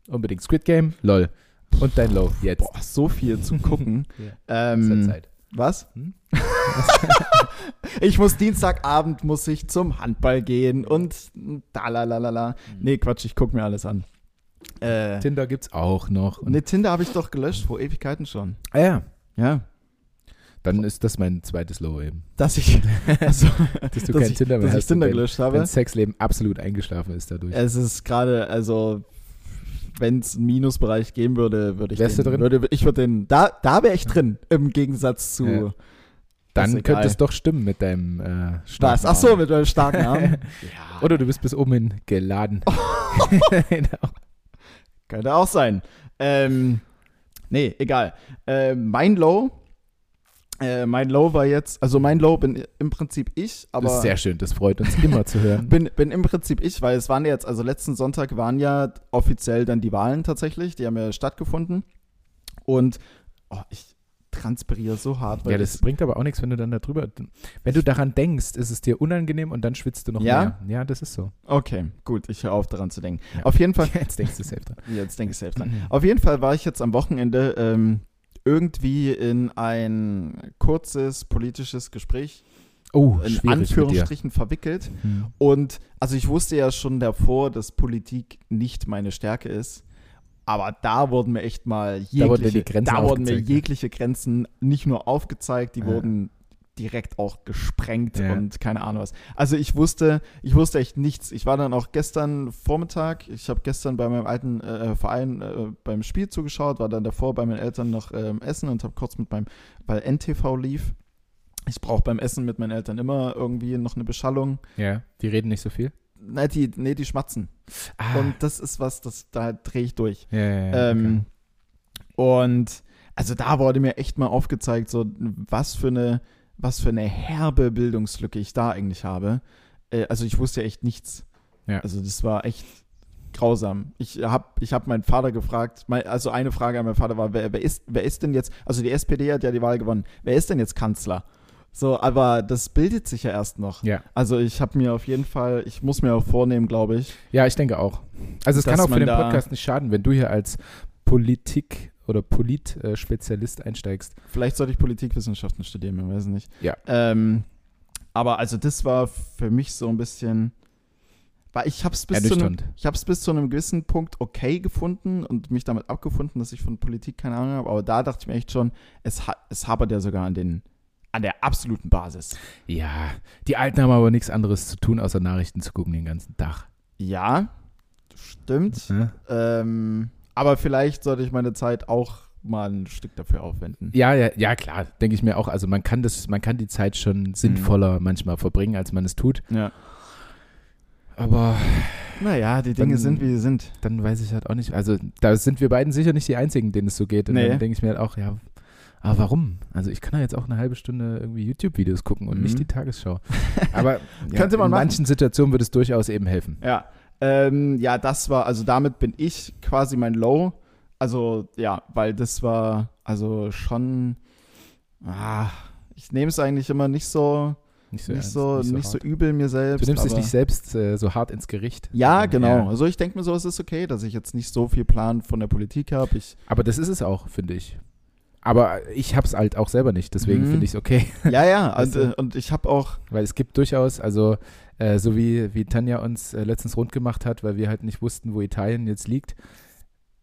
S2: Unbedingt Squid Game, LOL und dein Low jetzt.
S1: Boah, so viel zu gucken.
S2: Ist ja
S1: ähm,
S2: Zeit.
S1: was?
S2: Hm?
S1: ich muss Dienstagabend muss ich zum Handball gehen und da la la la la. Nee, Quatsch, ich guck mir alles an. Äh,
S2: Hm. Tinder gibt's auch noch. Und,
S1: ne, Tinder habe ich doch gelöscht vor Ewigkeiten schon.
S2: ah ja,
S1: Ja.
S2: dann ist das mein zweites Low eben.
S1: Dass ich, also,
S2: Dass du
S1: dass
S2: kein
S1: ich,
S2: Tinder mehr
S1: dass ich
S2: hast. und
S1: Tinder
S2: dein-
S1: gelöscht habe.
S2: Dein Sexleben absolut eingeschlafen ist dadurch.
S1: Es ist gerade, also wenn es einen Minusbereich geben würde, würde ich
S2: Wärst du
S1: den,
S2: drin?
S1: Würde, ich würde den, da, da wäre ich drin, im Gegensatz zu
S2: Ja.
S1: ist
S2: Dann
S1: egal.
S2: könnte es doch stimmen mit deinem äh, starken
S1: Spaß. Ach so,
S2: Arm.
S1: mit meinem starken Arm. Oder
S2: Oder du bist bis oben hin geladen. genau.
S1: könnte auch sein. Ähm, Nee, egal. Äh, mein Low. Äh, mein Low war jetzt, also mein Low bin im Prinzip ich, aber.
S2: Das ist sehr schön, das freut uns immer zu hören.
S1: Bin, bin im Prinzip ich, weil es waren ja jetzt, also letzten Sonntag waren ja offiziell dann die Wahlen tatsächlich, die haben ja stattgefunden. Und oh, ich transpiriere so hart.
S2: Weil ja, das
S1: ich,
S2: bringt aber auch nichts, wenn du dann darüber. Wenn du daran denkst, ist es dir unangenehm und dann schwitzt du noch
S1: Ja?
S2: mehr. Ja, das ist so.
S1: okay, gut, ich höre auf daran zu denken.
S2: Ja. Mhm.
S1: Auf jeden Fall
S2: Jetzt denkst du selbst dran.
S1: Jetzt denke ich selbst dran. Auf jeden Fall war ich jetzt am Wochenende ähm, irgendwie in ein kurzes politisches Gespräch,
S2: Oh,
S1: in
S2: schwierig mit
S1: Anführungsstrichen verwickelt.
S2: dir. Hm.
S1: Und also ich wusste ja schon davor, dass Politik nicht meine Stärke ist. Aber da wurden mir echt mal jegliche,
S2: wurden dir die Grenzen
S1: da wurden mir
S2: aufgezeigt, ne?
S1: jegliche Grenzen nicht nur aufgezeigt, die
S2: Ja.
S1: wurden direkt auch gesprengt
S2: Ja.
S1: und keine Ahnung was. Also ich wusste, ich wusste echt nichts. Ich war dann auch gestern Vormittag, ich habe gestern bei meinem alten äh, Verein äh, beim Spiel zugeschaut, war dann davor bei meinen Eltern noch ähm, essen und habe kurz mit meinem, weil NTV lief. Ich brauche beim Essen mit meinen Eltern immer irgendwie noch eine Beschallung.
S2: Ja, die reden nicht so viel.
S1: Nee, die, nee, die schmatzen.
S2: Ah,
S1: Und das ist was, das, da drehe ich durch.
S2: ja, ja, ja, okay.
S1: Ähm, Und also da wurde mir echt mal aufgezeigt, so was für eine, was für eine herbe Bildungslücke ich da eigentlich habe. Äh, also ich wusste echt nichts.
S2: Ja.
S1: Also das war echt grausam. Ich habe ich hab meinen Vater gefragt, mein, also eine Frage an meinen Vater war, wer, wer, ist, wer ist denn jetzt, also die SPD hat ja die Wahl gewonnen, wer ist denn jetzt Kanzler? So, aber das bildet sich ja erst noch.
S2: Ja.
S1: Also ich habe mir auf jeden Fall, ich muss mir auch vornehmen, glaube ich,
S2: ja, ich denke auch. Also es kann
S1: Dass
S2: auch für
S1: man
S2: den
S1: da-
S2: Podcast nicht schaden, wenn du hier als Politik- oder Polit-Spezialist einsteigst.
S1: Vielleicht sollte ich Politikwissenschaften studieren, man weiß es nicht.
S2: Ja.
S1: Ähm, aber also das war für mich so ein bisschen, weil ich habe es bis, zu einem-
S2: Ernüchternd.
S1: ich hab's bis zu einem gewissen Punkt okay gefunden und mich damit abgefunden, dass ich von Politik keine Ahnung habe. Aber da dachte ich mir echt schon, es, ha es hapert ja sogar an den an der absoluten Basis.
S2: Ja, die Alten haben aber nichts anderes zu tun, außer Nachrichten zu gucken den ganzen Tag.
S1: Ja, stimmt.
S2: ne?
S1: Ähm, aber vielleicht sollte ich meine Zeit auch mal ein Stück dafür aufwenden.
S2: Ja, ja, ja, klar, denke ich mir auch. Also man kann das, man kann die Zeit schon sinnvoller
S1: Hm.
S2: manchmal verbringen, als man es tut.
S1: Ja.
S2: Aber
S1: Naja, die Dinge
S2: Dann-
S1: sind, wie sie sind.
S2: dann weiß ich halt auch nicht. Also da sind wir beiden sicher nicht die Einzigen, denen es so geht. Und
S1: Nee.
S2: dann denke ich mir halt auch, ja, aber warum? Also ich kann ja jetzt auch eine halbe Stunde irgendwie YouTube-Videos gucken und
S1: Mhm.
S2: nicht die Tagesschau. Aber ja,
S1: Könnte man machen.
S2: in manchen Situationen würde es durchaus eben helfen.
S1: Ja, ähm, ja, das war, also damit bin ich quasi mein Low. Also ja, weil das war also schon, ah, ich nehme es eigentlich immer nicht so,
S2: Nicht
S1: nicht
S2: ernst,
S1: so, nicht so,
S2: hart.
S1: übel mir selbst.
S2: Du nimmst dich
S1: aber-
S2: nicht selbst äh, so hart ins Gericht.
S1: Ja,
S2: sondern
S1: genau.
S2: eher-
S1: Also ich denke mir so, es ist okay, dass ich jetzt nicht so viel Plan von der Politik habe. Ich,
S2: Aber das ist es auch, finde ich. Aber ich hab's halt auch selber nicht, deswegen
S1: Mhm.
S2: finde ich es okay.
S1: ja, ja,
S2: Weißt
S1: und,
S2: du?
S1: äh, und ich habe auch,
S2: Weil es gibt durchaus, also äh, so wie, wie Tanja uns äh, letztens rund gemacht hat, weil wir halt nicht wussten, wo Italien jetzt liegt.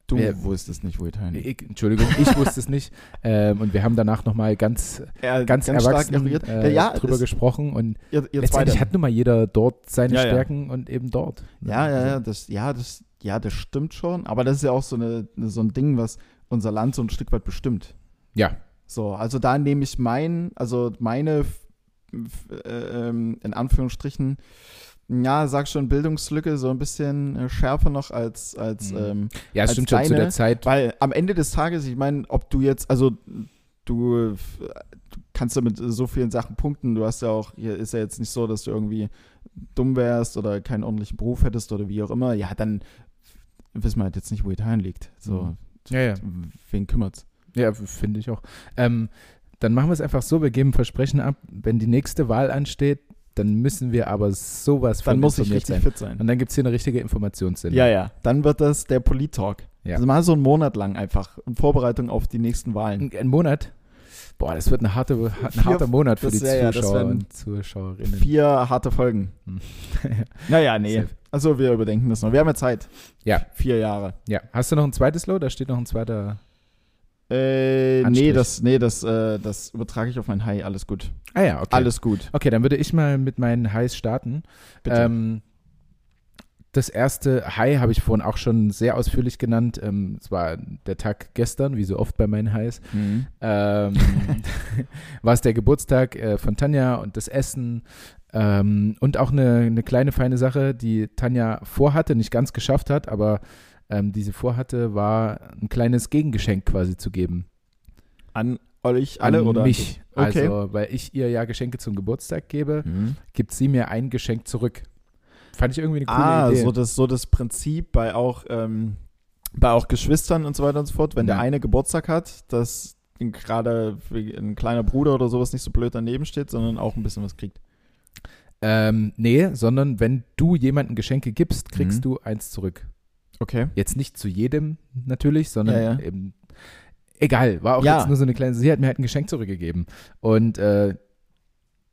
S1: du
S2: Wer-
S1: wusstest nicht, wo Italien
S2: Ich, Entschuldigung, ich wusste es nicht. Ähm, und wir haben danach nochmal ganz,
S1: äh,
S2: ganz, erwachsen
S1: errührt.
S2: äh,
S1: ja,
S2: drüber
S1: es,
S2: gesprochen. Und
S1: ihr, ihr
S2: letztendlich
S1: Zweiter.
S2: hat nun mal jeder dort seine
S1: Ja, ja.
S2: Stärken und eben dort.
S1: Ja, ja,
S2: Also,
S1: ja, das, ja, das, ja, das stimmt schon. Aber das ist ja auch so, eine, so ein Ding, was unser Land so ein Stück weit bestimmt.
S2: Ja.
S1: So, also da nehme ich mein, also meine, f- f- äh, ähm, in Anführungsstrichen, ja, sag schon, Bildungslücke so ein bisschen äh, schärfer noch als, als,
S2: Mhm.
S1: ähm,
S2: Ja, es
S1: Als
S2: stimmt schon zu der
S1: deine-
S2: Zeit.
S1: weil am Ende des Tages, ich meine, ob du jetzt, also du, f- du kannst damit so vielen Sachen punkten, du hast ja auch, hier ist ja jetzt nicht so, dass du irgendwie dumm wärst oder keinen ordentlichen Beruf hättest oder wie auch immer, ja, dann wissen wir halt jetzt nicht, wo Italien liegt. So,
S2: Ja, Mhm. ja.
S1: wen kümmert's?
S2: Ja, finde ich auch. Ähm, dann machen wir es einfach so, wir geben Versprechen ab, wenn die nächste Wahl ansteht, dann müssen wir aber sowas von
S1: Dann muss ich
S2: informiert
S1: richtig
S2: sein.
S1: fit sein.
S2: Und dann gibt es hier eine richtige Informationssendung.
S1: Ja, ja. Dann wird das der Polit-Talk.
S2: Ja.
S1: Also mal so einen Monat lang einfach in Vorbereitung auf die nächsten Wahlen.
S2: Ein, ein Monat? Boah, das wird eine harte, ein
S1: Vier-
S2: harter Monat für
S1: das
S2: die
S1: wär ja, das
S2: Zuschauer
S1: wären
S2: und Zuschauerinnen.
S1: Vier harte Folgen.
S2: Hm.
S1: naja, nee.
S2: Safe.
S1: Also wir überdenken das noch. Wir haben ja Zeit.
S2: Ja.
S1: Vier Jahre.
S2: Ja, hast du noch ein zweites Low? Da steht noch ein zweiter.
S1: Äh, nee,
S2: Anstrich.
S1: das, nee das, äh, das übertrage ich auf mein High. Alles gut.
S2: Ah ja, okay.
S1: Alles gut.
S2: Okay, dann würde ich mal mit meinen Highs starten.
S1: Bitte.
S2: Ähm, das erste High habe ich vorhin auch schon sehr ausführlich genannt. Ähm, es war der Tag gestern, wie so oft bei meinen Highs.
S1: Mhm.
S2: Ähm, war es der Geburtstag äh, von Tanja und das Essen ähm, und auch eine, eine kleine feine Sache, die Tanja vorhatte, nicht ganz geschafft hat, aber ähm, die sie vorhatte, war ein kleines Gegengeschenk quasi zu geben.
S1: An euch alle
S2: an
S1: oder?
S2: mich.
S1: Okay.
S2: Also, weil ich ihr ja Geschenke zum Geburtstag gebe,
S1: Mhm.
S2: gibt sie mir ein Geschenk zurück. Fand ich irgendwie eine coole
S1: Ah,
S2: Idee.
S1: so das, so das Prinzip bei auch, ähm, bei auch Geschwistern und so weiter und so fort, wenn der
S2: Ja.
S1: eine Geburtstag hat, dass gerade wie ein kleiner Bruder oder sowas nicht so blöd daneben steht, sondern auch ein bisschen was kriegt.
S2: Ähm, nee, sondern wenn du jemandem Geschenke gibst, kriegst
S1: Mhm.
S2: du eins zurück.
S1: Okay.
S2: Jetzt nicht zu jedem natürlich, sondern
S1: Ja, ja.
S2: eben. Egal, war auch
S1: Ja.
S2: jetzt nur so eine kleine. Sie hat mir halt ein Geschenk zurückgegeben. Und äh,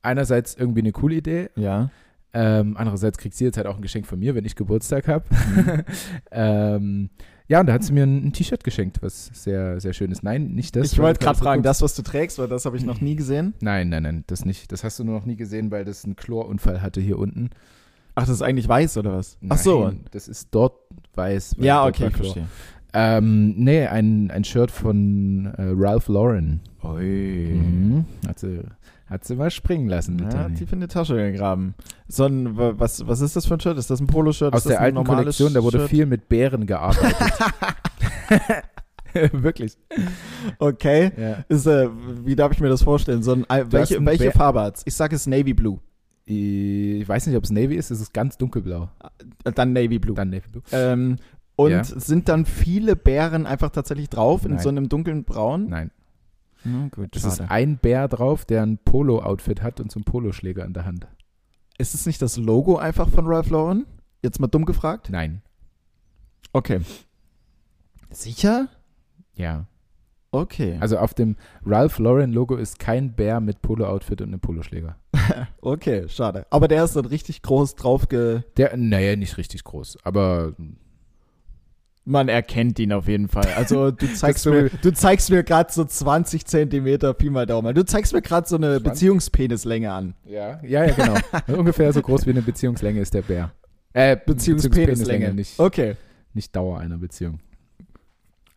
S2: einerseits irgendwie eine coole Idee,
S1: Ja.
S2: ähm, andererseits kriegt sie jetzt halt auch ein Geschenk von mir, wenn ich Geburtstag habe.
S1: Mhm.
S2: ähm, ja, und da hat sie mir ein, ein T-Shirt geschenkt, was sehr, sehr schön ist. Nein, nicht das. also
S1: ich wollte gerade
S2: was du
S1: fragen,
S2: guckst.
S1: das, was du trägst, weil das habe ich noch nie gesehen.
S2: Nein, nein, nein, das nicht. Das hast du nur noch nie gesehen, weil das einen Chlorunfall hatte hier unten.
S1: Ach, das ist eigentlich weiß oder was? Ach so.
S2: Nein, Das ist dort weiß. weil
S1: Ja,
S2: dort
S1: okay,
S2: war
S1: ich
S2: Chlor.
S1: verstehe.
S2: Ähm, nee, ein, ein Shirt von äh, Ralph Lauren.
S1: Oi.
S2: Mhm. Hat, sie, hat sie mal springen lassen, die
S1: Ja,
S2: Tani.
S1: tief in die Tasche gegraben. So ein, wa- was, was ist das für ein Shirt? Ist das ein Poloshirt?
S2: Aus
S1: ist das
S2: der
S1: ein
S2: alten
S1: normales
S2: Kollektion, da wurde
S1: Shirt?
S2: viel mit Bären gearbeitet. Wirklich.
S1: Okay.
S2: Ja.
S1: Ist, äh, wie darf ich mir das vorstellen? So ein,
S2: Du hast
S1: welche
S2: einen
S1: welche
S2: Bär-
S1: Farbe hat's? Ich sage es Navy Blue.
S2: Ich weiß nicht, ob es Navy ist, es ist ganz dunkelblau.
S1: Äh, Dann Navy Blue.
S2: Dann Navy Blue.
S1: Ähm, und
S2: Ja.
S1: sind dann viele Bären einfach tatsächlich drauf in
S2: Nein.
S1: so einem dunklen Braun?
S2: Nein,
S1: Hm, gut,
S2: es
S1: schade.
S2: ist ein Bär drauf, der ein Polo-Outfit hat und so einen Poloschläger in der Hand.
S1: Ist es nicht das Logo einfach von Ralph Lauren? Jetzt mal dumm gefragt.
S2: Nein.
S1: Okay. Sicher?
S2: Ja.
S1: Okay.
S2: Also auf dem Ralph Lauren-Logo ist kein Bär mit Polo-Outfit und einem Poloschläger.
S1: okay, schade. Aber der ist dann richtig groß drauf ge...
S2: Der, naja, nicht richtig groß, aber
S1: Man erkennt ihn auf jeden Fall. Also du zeigst
S2: so-
S1: mir, du zeigst mir gerade so 20 Zentimeter Pi mal Daumen. Du zeigst mir gerade so eine
S2: 20?
S1: Beziehungspenislänge an.
S2: ja, ja, ja genau. Ungefähr so groß wie eine Beziehungslänge ist der Bär. Äh,
S1: Beziehungspenislänge.
S2: nicht,
S1: Okay.
S2: nicht Dauer einer Beziehung.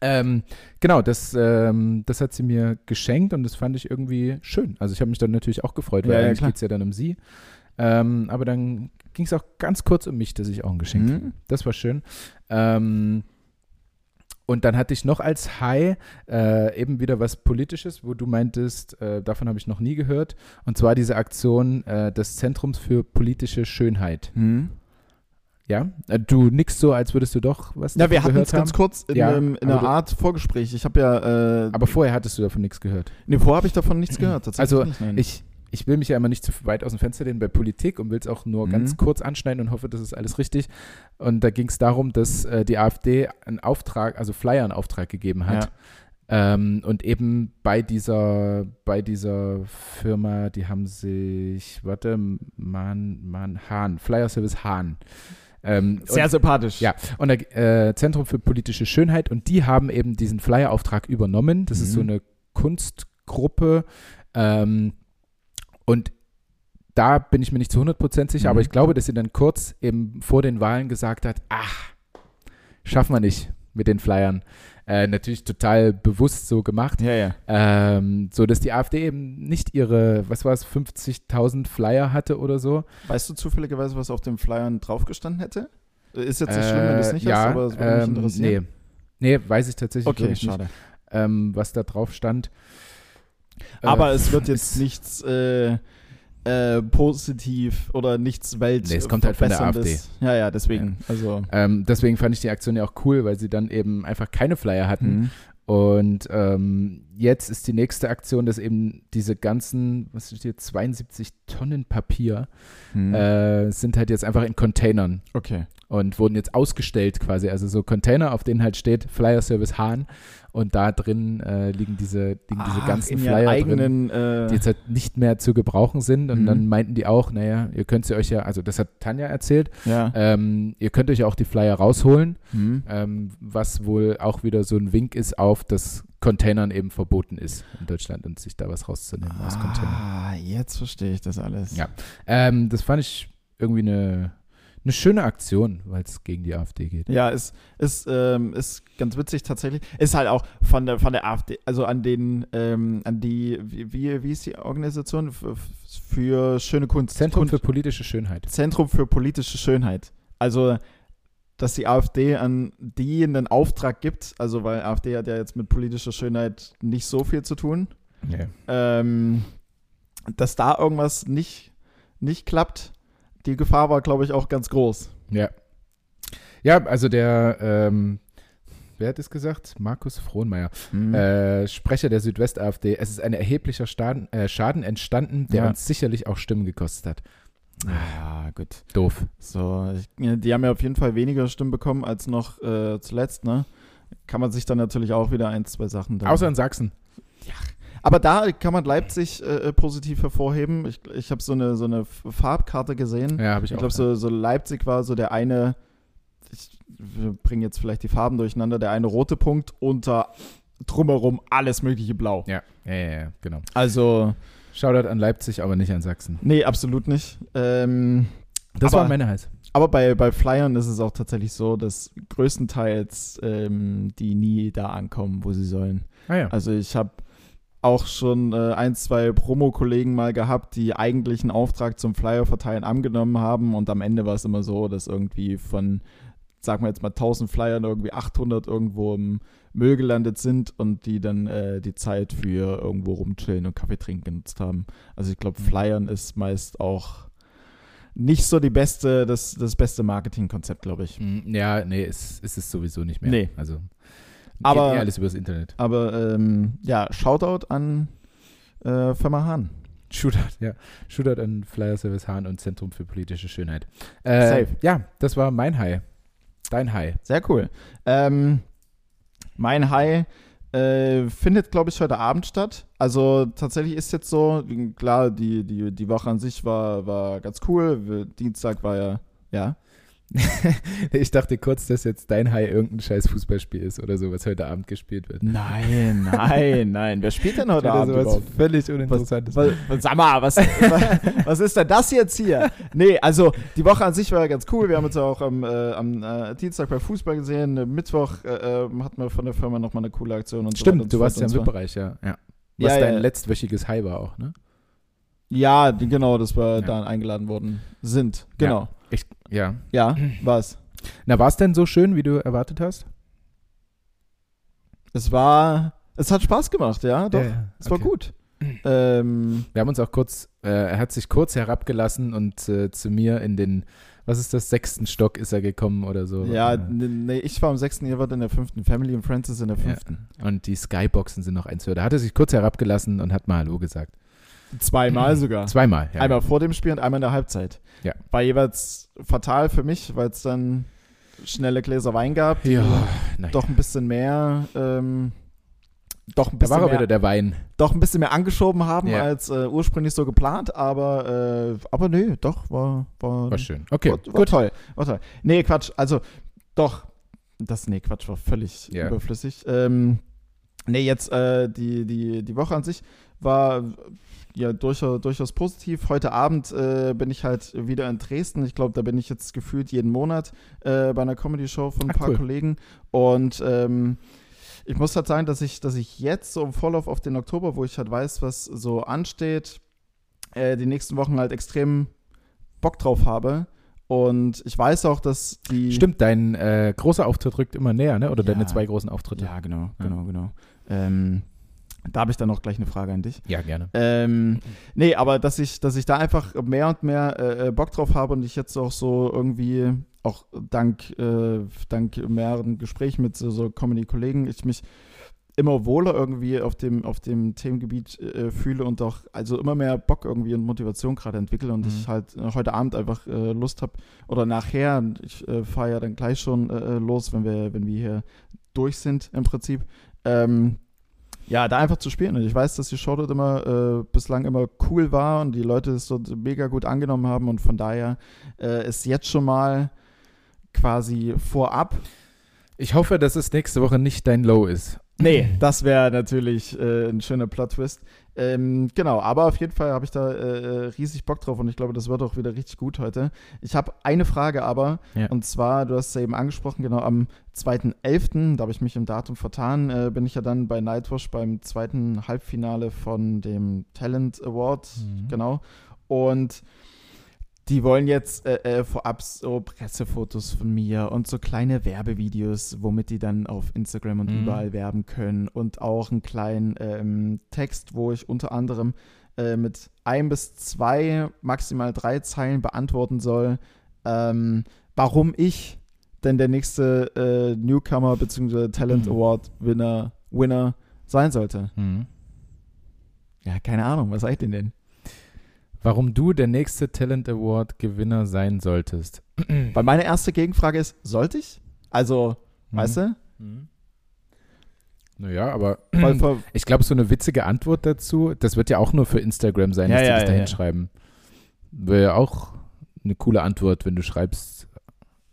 S2: Ähm, genau, das, ähm, das hat sie mir geschenkt und das fand ich irgendwie schön. Also ich habe mich dann natürlich auch gefreut, weil
S1: Ja, ja,
S2: eigentlich
S1: klar.
S2: geht es ja dann um sie. Ähm, aber dann ging es auch ganz kurz um mich, dass ich auch ein Geschenk
S1: Mhm.
S2: kriege. Das war schön. Ähm, und dann hatte ich noch als High äh, eben wieder was Politisches, wo du meintest, äh, davon habe ich noch nie gehört. Und zwar diese Aktion äh, des Zentrums für politische Schönheit.
S1: Hm?
S2: Ja? Äh, du nix so, als würdest du doch was
S1: Ja, wir
S2: davon
S1: hatten
S2: gehört
S1: es ganz
S2: haben.
S1: kurz in,
S2: Ja,
S1: einem, in
S2: aber
S1: einer
S2: du-
S1: Art Vorgespräch. Ich habe ja, äh,
S2: Aber vorher hattest du davon nichts gehört.
S1: nee, vorher habe ich davon nichts gehört. Tatsächlich
S2: Also,
S1: nicht, nein.
S2: Ich, ich will mich ja immer nicht zu weit aus dem Fenster lehnen bei Politik und will es auch nur
S1: Mhm.
S2: ganz kurz anschneiden und hoffe, das ist alles richtig. Und da ging es darum, dass äh, die AfD einen Auftrag, also Flyer einen Auftrag gegeben hat. Ähm, und eben bei dieser, bei dieser Firma, die haben sich, warte, Mann, Mann, Hahn, Flyer Service Hahn. Ähm,
S1: sehr
S2: und,
S1: sympathisch.
S2: ja, und der äh, Zentrum für politische Schönheit und die haben eben diesen Flyer-Auftrag übernommen. Das ist
S1: Mhm.
S2: so eine Kunstgruppe. Ähm, und da bin ich mir nicht zu 100% sicher,
S1: Mhm.
S2: aber ich glaube, dass sie dann kurz eben vor den Wahlen gesagt hat, ach, schaffen wir nicht mit den Flyern. Äh, natürlich total bewusst so gemacht.
S1: ja, ja.
S2: Ähm, so dass die AfD eben nicht ihre, was war es, 50.000 Flyer hatte oder so.
S1: Weißt du zufälligerweise, was auf den Flyern draufgestanden hätte? Ist jetzt nicht schlimm, wenn du es
S2: Äh,
S1: nicht
S2: ja,
S1: hast, aber es würde mich
S2: ähm,
S1: interessieren.
S2: Nee. nee, weiß ich tatsächlich
S1: Okay,
S2: wirklich nicht,
S1: schade.
S2: ähm, was da drauf stand.
S1: Aber
S2: äh,
S1: es wird jetzt nichts äh, äh, positiv oder nichts Welt.
S2: Nee, es kommt halt von der
S1: verbesserndes. Ja, ja, deswegen. Also.
S2: ähm, deswegen fand ich die Aktion ja auch cool, weil sie dann eben einfach keine Flyer hatten.
S1: Mhm.
S2: Und ähm, jetzt ist die nächste Aktion, dass eben diese ganzen, was steht hier, 72 Tonnen Papier
S1: Mhm.
S2: äh, sind halt jetzt einfach in Containern
S1: okay.
S2: und wurden jetzt ausgestellt quasi. Also so Container, auf denen halt steht Flyer Service Hahn und da drin äh, liegen diese, liegen diese
S1: Ach,
S2: ganzen
S1: Ah, in ihren
S2: Flyer drin.
S1: eigenen,
S2: die
S1: äh,
S2: jetzt halt nicht mehr zu gebrauchen sind. Und
S1: Mhm.
S2: dann meinten die auch, naja, ihr könnt sie euch ja, also das hat Tanja erzählt,
S1: ja.
S2: ähm, ihr könnt euch ja auch die Flyer rausholen,
S1: Mhm.
S2: ähm, was wohl auch wieder so ein Wink ist auf, dass Containern eben verboten ist in Deutschland und sich da was rauszunehmen aus Containern.
S1: Ah, jetzt verstehe ich das alles.
S2: Ja. Ähm, das fand ich irgendwie eine, eine schöne Aktion, weil es gegen die AfD geht.
S1: Ja, ist, ist, ähm, ist ganz witzig tatsächlich. Ist halt auch von der, von der AfD, also an den, ähm, an die, wie, wie, wie ist die Organisation? F f- für schöne Kunst.
S2: Zentrum
S1: Kun-
S2: für politische Schönheit.
S1: Zentrum für politische Schönheit. Also dass die AfD an die einen Auftrag gibt, also weil AfD hat ja jetzt mit politischer Schönheit nicht so viel zu tun,
S2: Nee.
S1: ähm, dass da irgendwas nicht, nicht klappt. Die Gefahr war, glaube ich, auch ganz groß.
S2: Ja. Ja, also der, ähm, wer hat es gesagt? Markus Frohnmeier,
S1: Hm.
S2: äh, Sprecher der Südwest-AfD. Es ist ein erheblicher Schaden, äh, Schaden entstanden, der
S1: Ja.
S2: uns sicherlich auch Stimmen gekostet hat.
S1: Ah, gut.
S2: Doof.
S1: So, ich, die haben ja auf jeden Fall weniger Stimmen bekommen als noch äh, zuletzt, ne? Kann man sich dann natürlich auch wieder ein, zwei Sachen dann
S2: Außer in Sachsen.
S1: Aber da kann man Leipzig äh, positiv hervorheben. Ich, ich habe so eine, so eine F- Farbkarte gesehen.
S2: Ja, habe ich,
S1: Hm. ich
S2: auch.
S1: glaube, so, so Leipzig war so der eine, ich bringe jetzt vielleicht die Farben durcheinander, der eine rote Punkt unter drumherum alles mögliche blau.
S2: ja. Ja, ja, ja, genau.
S1: Also,
S2: Shoutout an Leipzig, aber nicht an Sachsen.
S1: nee, absolut nicht. Ähm,
S2: Das
S1: Aber-
S2: war meine Heiß.
S1: aber bei, bei Flyern ist es auch tatsächlich so, dass größtenteils ähm, die nie da ankommen, wo sie sollen.
S2: Ah ja.
S1: Also ich habe auch schon äh, ein, zwei Promo-Kollegen mal gehabt, die eigentlich einen Auftrag zum Flyer verteilen angenommen haben und am Ende war es immer so, dass irgendwie von, sagen wir jetzt mal 1000 Flyern irgendwie 800 irgendwo im Müll gelandet sind und die dann äh, die Zeit für irgendwo rumchillen und Kaffee trinken genutzt haben. Also ich glaube, Flyern ist meist auch nicht so die beste, das, das beste Marketingkonzept, glaube ich.
S2: Mm, Ja, nee, es, es ist sowieso nicht mehr.
S1: Nee.
S2: Also
S1: Aber-
S2: geht eh alles übers Internet.
S1: Aber ähm, ja, Shoutout an äh, Firma Hahn.
S2: Shootout, ja. Shootout an Flyer Service Hahn und Zentrum für politische Schönheit. Äh,
S1: Safe.
S2: Ja, das war mein High. Dein High.
S1: Sehr cool. Ähm, mein High äh, findet, glaube ich, heute Abend statt. Also tatsächlich ist jetzt so, klar, die, die, die Woche an sich war, war ganz cool. Wir- Dienstag war ja, ja.
S2: Ich dachte kurz, dass jetzt dein High irgendein scheiß Fußballspiel ist oder so, was heute Abend gespielt wird.
S1: Nein, nein, nein. Wer spielt denn heute
S2: Oder
S1: Abend
S2: sowas
S1: überhaupt?
S2: völlig Uninteressantes.
S1: Was, was, sag mal, was, was, was ist denn das jetzt hier? Nee, also die Woche an sich war ja ganz cool. Wir haben uns ja auch am, äh, am äh, Dienstag bei Fußball gesehen. Mittwoch äh, äh, hatten wir von der Firma nochmal eine coole Aktion. Und so weiter und
S2: Stimmt,
S1: so
S2: du
S1: fort
S2: warst ja
S1: und
S2: im
S1: so.
S2: VIP-Bereich, ja. ja.
S1: Ja,
S2: Was
S1: ja,
S2: dein
S1: ja.
S2: letztwöchiges High war auch, ne?
S1: Ja, die- genau, dass wir
S2: Ja.
S1: da eingeladen worden sind. Genau.
S2: Ich, ja.
S1: Ja, was?
S2: Na, war es denn so schön, wie du erwartet hast?
S1: Es war, es hat Spaß gemacht, ja, doch. Es war
S2: okay.
S1: gut. Ähm,
S2: Wir haben uns auch kurz, äh, er hat sich kurz herabgelassen und äh, zu mir in den, was ist das, sechsten Stock ist er gekommen oder so.
S1: ja,
S2: Äh,
S1: n- nee, ich war im sechsten, ihr wart in der fünften, Family und Friends ist in der
S2: ja.
S1: fünften.
S2: Und die Skyboxen sind noch eins höher. Da hat er sich kurz herabgelassen und hat mal Hallo gesagt.
S1: Zweimal sogar.
S2: Zweimal, ja.
S1: Einmal vor dem Spiel und einmal in der Halbzeit.
S2: Ja.
S1: War jeweils fatal für mich, weil es dann schnelle Gläser Wein gab. die
S2: Ja, naja.
S1: Doch ein bisschen mehr, ähm, doch ein
S2: Da
S1: bisschen
S2: war er
S1: mehr
S2: wieder der Wein.
S1: doch ein bisschen mehr angeschoben haben
S2: Ja.
S1: als äh, ursprünglich so geplant, aber, äh, aber nö, doch, war, war,
S2: War schön. Okay.
S1: war, war toll. War toll. Nee, Quatsch, also doch, das, nee, Quatsch, war völlig
S2: Ja.
S1: überflüssig. Ähm, nee, jetzt äh, die, die, die Woche an sich war ja durchaus, durchaus positiv. Heute Abend äh, bin ich halt wieder in Dresden. Ich glaube, da bin ich jetzt gefühlt jeden Monat äh, bei einer Comedy-Show von ein
S2: Ah,
S1: paar
S2: cool.
S1: Kollegen und ähm, ich muss halt sagen, dass ich, dass ich jetzt so im Vorlauf auf den Oktober, wo ich halt weiß, was so ansteht, äh, die nächsten Wochen halt extrem Bock drauf habe. Und ich weiß auch, dass die.
S2: Stimmt, dein äh, großer Auftritt rückt immer näher, ne? Oder deine
S1: Ja.
S2: zwei großen Auftritte.
S1: Ja, genau,
S2: Ja.
S1: genau, genau. Ähm, da habe ich dann auch gleich eine Frage an dich.
S2: Ja, gerne.
S1: Ähm, nee, aber dass ich, dass ich da einfach mehr und mehr äh, äh, Bock drauf habe und ich jetzt auch so irgendwie, auch dank, äh, dank mehreren Gesprächen mit so, so Comedy-Kollegen, ich mich immer wohler irgendwie auf dem, auf dem Themengebiet äh, fühle und auch also immer mehr Bock irgendwie und Motivation gerade entwickle und
S2: Mhm.
S1: ich halt äh, heute Abend einfach äh, Lust habe oder nachher, ich äh, fahre ja dann gleich schon äh, äh, los, wenn wir, wenn wir hier durch sind im Prinzip. Ähm, ja, da einfach zu spielen. Und ich weiß, dass die Show dort immer äh, bislang immer cool war und die Leute es dort mega gut angenommen haben und von daher äh, ist jetzt schon mal quasi vorab.
S2: Ich hoffe, dass es nächste Woche nicht dein Low ist.
S1: Nee, das wäre natürlich äh, ein schöner Plot-Twist. Ähm, genau, aber auf jeden Fall habe ich da äh, riesig Bock drauf und ich glaube, das wird auch wieder richtig gut heute. Ich habe eine Frage aber,
S2: Ja.
S1: und zwar, du hast es ja eben angesprochen, genau am 2.11., da habe ich mich im Datum vertan, äh, bin ich ja dann bei Nightwash beim zweiten Halbfinale von dem Talent Award,
S2: Mhm.
S1: genau. Und die wollen jetzt äh, äh, vorab so Pressefotos von mir und so kleine Werbevideos, womit die dann auf Instagram und
S2: Mhm.
S1: überall werben können. Und auch einen kleinen ähm, Text, wo ich unter anderem äh, mit ein bis zwei, maximal drei Zeilen beantworten soll, ähm, warum ich denn der nächste äh, Newcomer bzw. Talent
S2: Mhm.
S1: Award Winner, Winner sein sollte.
S2: Mhm.
S1: Ja, keine Ahnung, was seid ihr denn?
S2: Warum du der nächste Talent Award Gewinner sein solltest.
S1: Weil meine erste Gegenfrage ist, sollte ich? Also, weißt du?
S2: Mhm. Naja, aber
S1: Weil vor,
S2: ich glaube, so eine witzige Antwort dazu, das wird ja auch nur für Instagram sein,
S1: Ja,
S2: dass
S1: ja,
S2: die das da
S1: ja, ja.
S2: hinschreiben. Wäre ja auch eine coole Antwort, wenn du schreibst,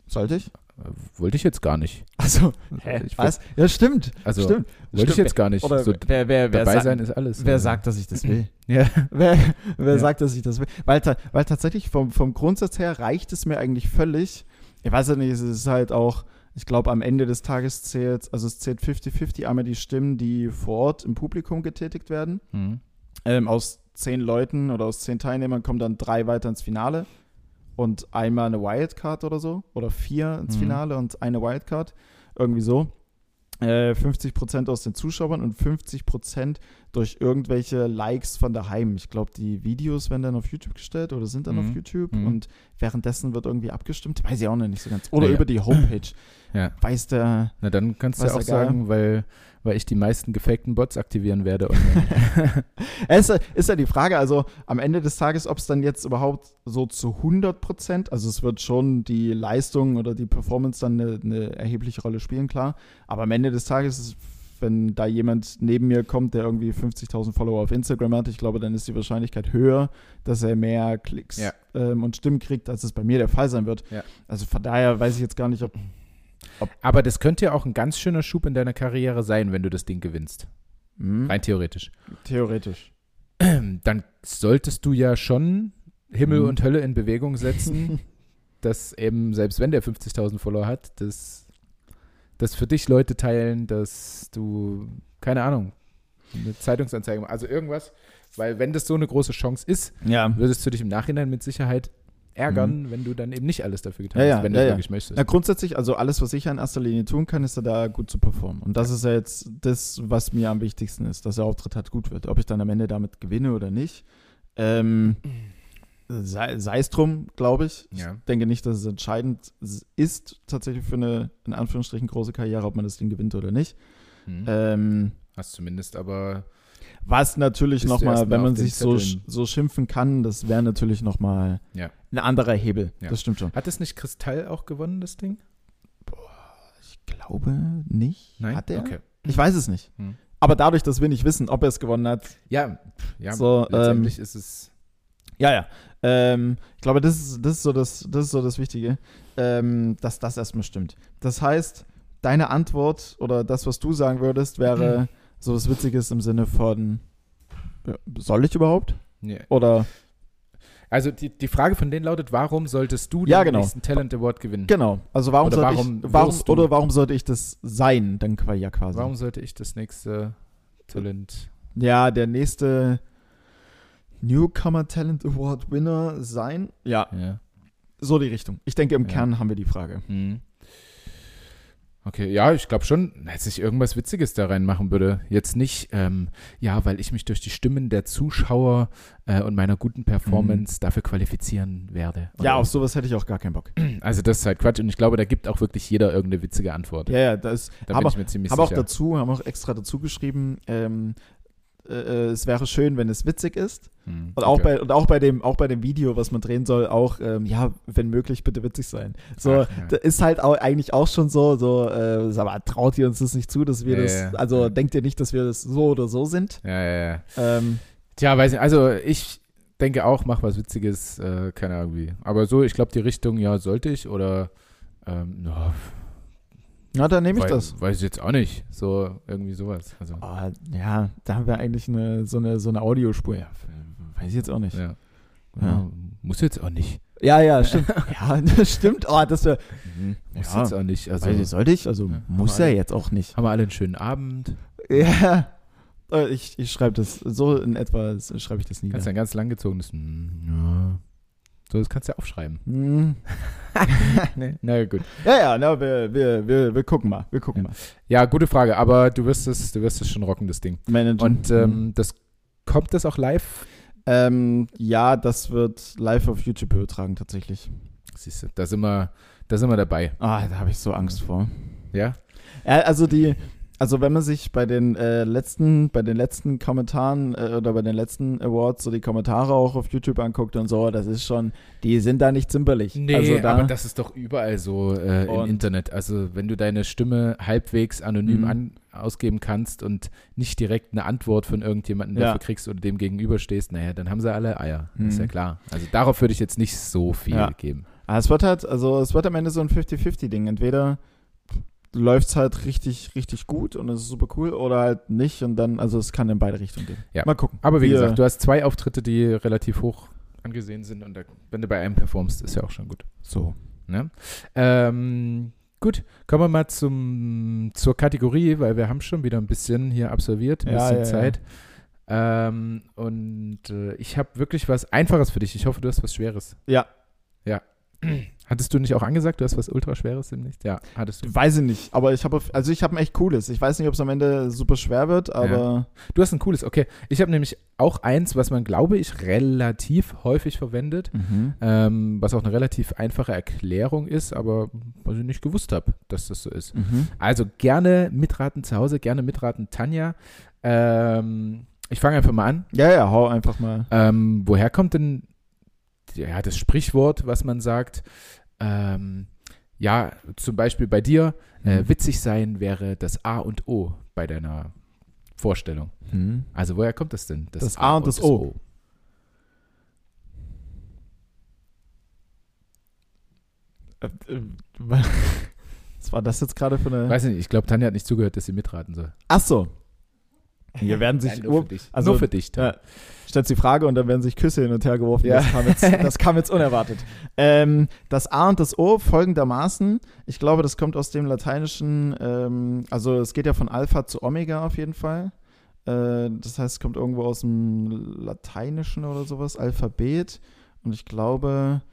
S1: sollte ich?
S2: äh, wollte ich jetzt gar nicht.
S1: Also,
S2: Ich wollt-
S1: was? Ja, stimmt.
S2: Also,
S1: stimmt.
S2: wollte ich
S1: stimmt.
S2: jetzt gar nicht.
S1: Oder
S2: so,
S1: wer, wer, wer,
S2: dabei
S1: sa-
S2: sein ist alles.
S1: wer sagt, dass ich das will?
S2: Ja.
S1: Wer, wer
S2: Ja.
S1: sagt, dass ich das will? Weil, ta- weil tatsächlich vom, vom Grundsatz her reicht es mir eigentlich völlig. Ich weiß ja nicht, es ist halt auch, ich glaube, am Ende des Tages zählt, also es zählt 50-50 einmal die Stimmen, die vor Ort im Publikum getätigt werden.
S2: Mhm.
S1: Ähm, aus zehn Leuten oder aus zehn Teilnehmern kommen dann drei weiter ins Finale und einmal eine Wildcard oder so oder vier ins
S2: Mhm.
S1: Finale und eine Wildcard. Irgendwie so. Äh, 50% aus den Zuschauern und 50% durch irgendwelche Likes von daheim. Ich glaube, die Videos werden dann auf YouTube gestellt oder sind dann
S2: Mhm.
S1: auf YouTube
S2: Mhm.
S1: und währenddessen wird irgendwie abgestimmt. Weiß ich auch noch nicht so ganz. Oder
S2: Naja.
S1: über die Homepage.
S2: Ja.
S1: Weiß der.
S2: Na, dann kannst du
S1: Was
S2: ja auch
S1: egal.
S2: sagen, weil, weil ich die meisten gefakten Bots aktivieren werde. online.
S1: Es ist- ist ja die Frage, also am Ende des Tages, ob es dann jetzt überhaupt so zu 100 Prozent, also es wird schon die Leistung oder die Performance dann eine, eine erhebliche Rolle spielen, klar. Aber am Ende des Tages, ist, wenn da jemand neben mir kommt, der irgendwie 50.000 Follower auf Instagram hat, ich glaube, dann ist die Wahrscheinlichkeit höher, dass er mehr Klicks
S2: Ja.
S1: ähm, und Stimmen kriegt, als es bei mir der Fall sein wird.
S2: Ja.
S1: Also von daher weiß ich jetzt gar nicht, ob
S2: Aber das könnte ja auch ein ganz schöner Schub in deiner Karriere sein, wenn du das Ding gewinnst.
S1: hm,
S2: Rein theoretisch. Ähm,
S1: theoretisch.
S2: Dann solltest du ja schon Himmel
S1: Mhm.
S2: und Hölle in Bewegung setzen, dass eben, selbst wenn der 50.000 Follower hat, dass, dass für dich Leute teilen, dass du, keine Ahnung, eine Zeitungsanzeige, also irgendwas. Weil wenn das so eine große Chance ist,
S1: ja,
S2: würdest du dich im Nachhinein mit Sicherheit ärgern, wenn du dann eben nicht alles dafür getan
S1: Mhm. Ja, ja,
S2: hast, wenn
S1: ja,
S2: du es
S1: ja.
S2: wirklich möchtest.
S1: Na, grundsätzlich, also alles, was ich ja in erster Linie tun kann, ist ja da gut zu performen. Und das ist ja jetzt das, was mir am wichtigsten ist, dass der Auftritt halt gut wird. Ob ich dann am Ende damit gewinne oder nicht, ähm, sei sei es drum, glaube ich.
S2: Ja.
S1: Ich denke nicht, dass es entscheidend ist, tatsächlich für eine, in Anführungsstrichen, große Karriere, ob man das Ding gewinnt oder nicht.
S2: Hm.
S1: Ähm,
S2: Hast zumindest aber
S1: was natürlich
S2: Bist du erst
S1: nochmal,
S2: mal
S1: wenn
S2: auf
S1: man
S2: den
S1: sich so, sch-
S2: Zetteln.
S1: so schimpfen kann, das wäre natürlich nochmal
S2: Ja.
S1: ein anderer Hebel.
S2: Ja.
S1: Das stimmt schon.
S2: Hat es nicht Kristall auch gewonnen, das Ding?
S1: Ich glaube nicht. Hat er?
S2: Okay.
S1: Ich weiß es nicht.
S2: Hm.
S1: Aber dadurch, dass wir nicht wissen, ob er es gewonnen hat,
S2: Ja, pf, ja
S1: So, ähm,
S2: letztendlich ist es.
S1: ja, ja. Ähm, ich glaube, das ist, das ist, so, das, das ist so das Wichtige, ähm, dass das erstmal stimmt. Das heißt, deine Antwort oder das, was du sagen würdest, wäre so was Witziges im Sinne von, ja, soll ich überhaupt?
S2: Nee.
S1: Oder,
S2: Also die, die Frage von denen lautet, warum solltest du den
S1: Ja, genau.
S2: nächsten Talent Award gewinnen?
S1: genau. Also warum
S2: Oder
S1: sollte
S2: warum
S1: ich, warum,
S2: wirst du?
S1: oder warum sollte ich das sein, dann qua- ja quasi.
S2: Warum sollte ich das nächste Talent?
S1: Ja, der nächste Newcomer Talent Award Winner sein? Ja,
S2: Ja.
S1: so die Richtung. Ich denke, im
S2: Ja.
S1: Kern haben wir die Frage.
S2: Hm. Okay, ja, ich glaube schon, dass ich irgendwas Witziges da reinmachen würde. Jetzt nicht, ähm, ja, weil ich mich durch die Stimmen der Zuschauer äh, und meiner guten Performance dafür qualifizieren werde.
S1: Mhm. Ja,
S2: Oder-
S1: auf sowas hätte ich auch gar keinen Bock.
S2: Also das ist halt Quatsch und ich glaube, da gibt auch wirklich jeder irgendeine witzige Antwort.
S1: Ja, ja, das
S2: Da
S1: haben,
S2: bin
S1: auch,
S2: ich mir ziemlich
S1: haben auch
S2: sicher.
S1: dazu, haben auch extra dazu geschrieben, ähm, äh, äh, es wäre schön, wenn es witzig ist.
S2: Hm,
S1: Und, auch,
S2: okay.
S1: bei, und auch, bei dem, auch bei dem Video, was man drehen soll, auch, ähm, ja, wenn möglich, bitte witzig sein. So,
S2: Ach, Ah, ja.
S1: da ist halt auch, eigentlich auch schon so, so, äh, sag mal, traut ihr uns das nicht zu, dass wir
S2: Ja,
S1: das,
S2: ja, ja.
S1: also
S2: Ja.
S1: denkt ihr nicht, dass wir das so oder so sind?
S2: ja, ja, ja.
S1: Ähm,
S2: Tja, weiß nicht. Also ich denke auch, mach was Witziges, äh, keine Ahnung wie. Aber so, ich glaube, die Richtung, ja, sollte ich oder ähm, ja,
S1: na, dann nehme ich
S2: wei-
S1: das.
S2: Weiß ich jetzt auch nicht. So, irgendwie sowas. Also,
S1: Ah, ja, da haben wir eigentlich eine, so, eine, so eine Audiospur. Ja, weiß ich jetzt auch nicht.
S2: ja.
S1: Ja.
S2: Ja, Muss jetzt auch nicht.
S1: Ja, ja, stimmt. ja, das stimmt. Oh, das wäre.
S2: Muss jetzt auch nicht. Also,
S1: Also, sollte ich? Also
S2: Ja,
S1: muss
S2: aber
S1: ja
S2: alle-
S1: jetzt auch nicht.
S2: haben wir alle einen schönen Abend.
S1: Ja. Äh, Ich, ich schreibe das so in etwa, schreibe ich das nieder.
S2: Ganz ein ganz langgezogenes. mm, hm, Ja. So, das kannst du ja aufschreiben.
S1: Hm.
S2: Nee. Na gut.
S1: Ja, ja, na, wir, wir, wir, wir gucken mal. Wir gucken mal.
S2: Ja, gute Frage, aber du wirst es, du wirst es schon rocken, das Ding.
S1: Manager.
S2: Und ähm, das kommt das auch live?
S1: Mhm. ähm, ja, das wird live auf YouTube übertragen tatsächlich.
S2: Siehst du, da sind wir, da sind wir dabei.
S1: Ah, da habe ich so Angst vor.
S2: Ja?
S1: Ja, also die, also wenn man sich bei den äh, letzten, bei den letzten Kommentaren äh, oder bei den letzten Awards so die Kommentare auch auf YouTube anguckt und so, das ist schon, die sind da nicht zimperlich. also da,
S2: aber das ist doch überall so äh, im
S1: Und-
S2: Internet. Also wenn du deine Stimme halbwegs anonym
S1: Mhm.
S2: an, ausgeben kannst und nicht direkt eine Antwort von irgendjemandem
S1: Ja.
S2: dafür kriegst oder dem gegenüberstehst, naja, dann haben sie alle Eier. Ist ja
S1: Mhm.
S2: klar. Also darauf würde ich jetzt nicht so viel
S1: Ja.
S2: geben.
S1: Ah, es wird halt, also es wird am Ende so ein 50-50-Ding. Entweder läuft es halt richtig, richtig gut und es ist super cool oder halt nicht und dann, also es kann in beide Richtungen gehen.
S2: Ja.
S1: Mal gucken.
S2: Aber wie
S1: Wir-
S2: gesagt, du hast zwei Auftritte, die relativ hoch angesehen sind und da, wenn du bei einem performst, ist ja auch schon gut.
S1: So.
S2: Ne? Ähm, gut, kommen wir mal zum, zur Kategorie, weil wir haben schon wieder ein bisschen hier absolviert, ein
S1: Ja,
S2: bisschen
S1: ja, ja.
S2: Zeit. Ähm, und äh, ich habe wirklich was Einfaches für dich. Ich hoffe, du hast was Schweres.
S1: Ja.
S2: Ja. Hattest du nicht auch angesagt, du hast was Ultraschweres im Nicht? Ja, hattest du.
S1: Weiß ich nicht, aber ich habe, also ich habe ein echt cooles. Ich weiß nicht, ob es am Ende super schwer wird, aber
S2: Du hast ein cooles, okay. Ich habe nämlich auch eins, was man, glaube ich, relativ häufig verwendet.
S1: mhm.
S2: ähm, was auch eine relativ einfache Erklärung ist, aber was ich nicht gewusst habe, dass das so ist.
S1: Mhm.
S2: Also gerne mitraten zu Hause, gerne mitraten Tanja. Ähm, ich fange einfach mal an.
S1: ja, ja, hau einfach mal.
S2: Ähm, woher kommt denn ja, das Sprichwort, was man sagt? Ähm, ja, zum Beispiel bei dir,
S1: Mhm.
S2: äh, witzig sein wäre das A und O bei deiner Vorstellung.
S1: Mhm.
S2: Also woher kommt das denn?
S1: Das A und das O. Äh, äh, Was war das jetzt gerade für eine?
S2: Weiß nicht, ich glaube, Tanja hat nicht zugehört, dass sie mitraten soll.
S1: Ach so. Hier werden sich
S2: Nein, nur für dich.
S1: also-
S2: nur für dich. Tom.
S1: Ja. Stellt die Frage und dann werden sich Küsse hin und her geworfen.
S2: Ja.
S1: Das, kam jetzt, das kam jetzt unerwartet. Ähm, das A und das O folgendermaßen. Ich glaube, das kommt aus dem Lateinischen. Ähm, also es geht ja von Alpha zu Omega auf jeden Fall. Äh, das heißt, es kommt irgendwo aus dem Lateinischen oder sowas, Alphabet. Und ich glaube,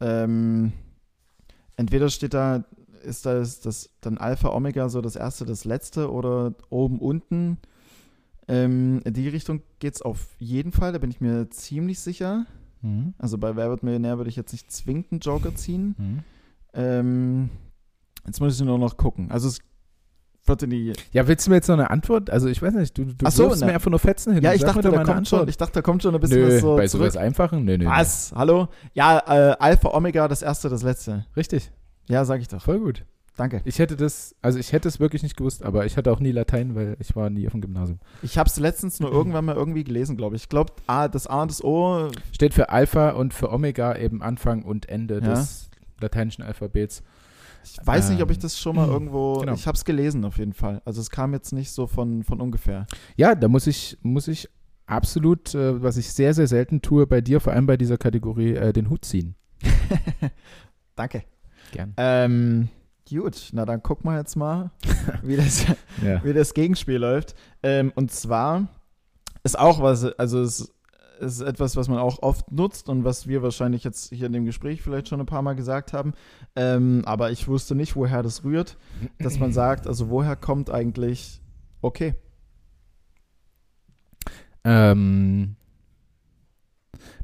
S1: ähm, entweder steht da, ist da das, das dann Alpha, Omega so das erste, das letzte oder oben, unten. Ähm, in die Richtung geht es auf jeden Fall, da bin ich mir ziemlich sicher.
S2: Mhm.
S1: Also bei Wer wird Millionär würde ich jetzt nicht zwingend einen Joker ziehen.
S2: Mhm.
S1: Ähm, jetzt muss ich nur noch gucken. Also es wird in die.
S2: Ja, willst du mir jetzt noch eine Antwort? Also ich weiß nicht, du, du
S1: Ach so,
S2: wirfst
S1: ne.
S2: mir einfach nur Fetzen hin.
S1: Ja, ich
S2: Sag mir
S1: dachte,
S2: doch
S1: da
S2: mal eine
S1: kommt schon,
S2: Antwort.
S1: ich dachte, da kommt schon ein bisschen
S2: nö,
S1: was so
S2: bei
S1: zurück.
S2: sowas Einfachen? Nö, nö. nö.
S1: Was? Hallo? Ja, äh, Alpha, Omega, das erste, das letzte.
S2: Richtig,
S1: Ja, sag ich doch.
S2: voll gut.
S1: Danke.
S2: Ich hätte das, also ich hätte es wirklich nicht gewusst, aber ich hatte auch nie Latein, weil ich war nie auf dem Gymnasium.
S1: Ich habe es letztens nur irgendwann mal irgendwie gelesen, glaube ich. Ich glaube, ah, das A und das O.
S2: Steht für Alpha und für Omega eben Anfang und Ende
S1: Ja.
S2: des lateinischen Alphabets.
S1: Ich weiß nicht, ob ich
S2: Ähm,
S1: das schon mal irgendwo.
S2: genau.
S1: Ich habe es gelesen auf jeden Fall. Also es kam jetzt nicht so von, von ungefähr.
S2: Ja, da muss ich, muss ich absolut, äh, was ich sehr, sehr selten tue, bei dir, vor allem bei dieser Kategorie, äh, den Hut ziehen.
S1: Danke.
S2: Gern.
S1: Ähm, gut, na dann gucken wir jetzt mal, wie das,
S2: Ja.
S1: wie das Gegenspiel läuft. Ähm, und zwar ist auch was, also es ist etwas, was man auch oft nutzt und was wir wahrscheinlich jetzt hier in dem Gespräch vielleicht schon ein paar Mal gesagt haben. Ähm, aber ich wusste nicht, woher das rührt, dass man sagt, also woher kommt eigentlich, okay.
S2: Ähm,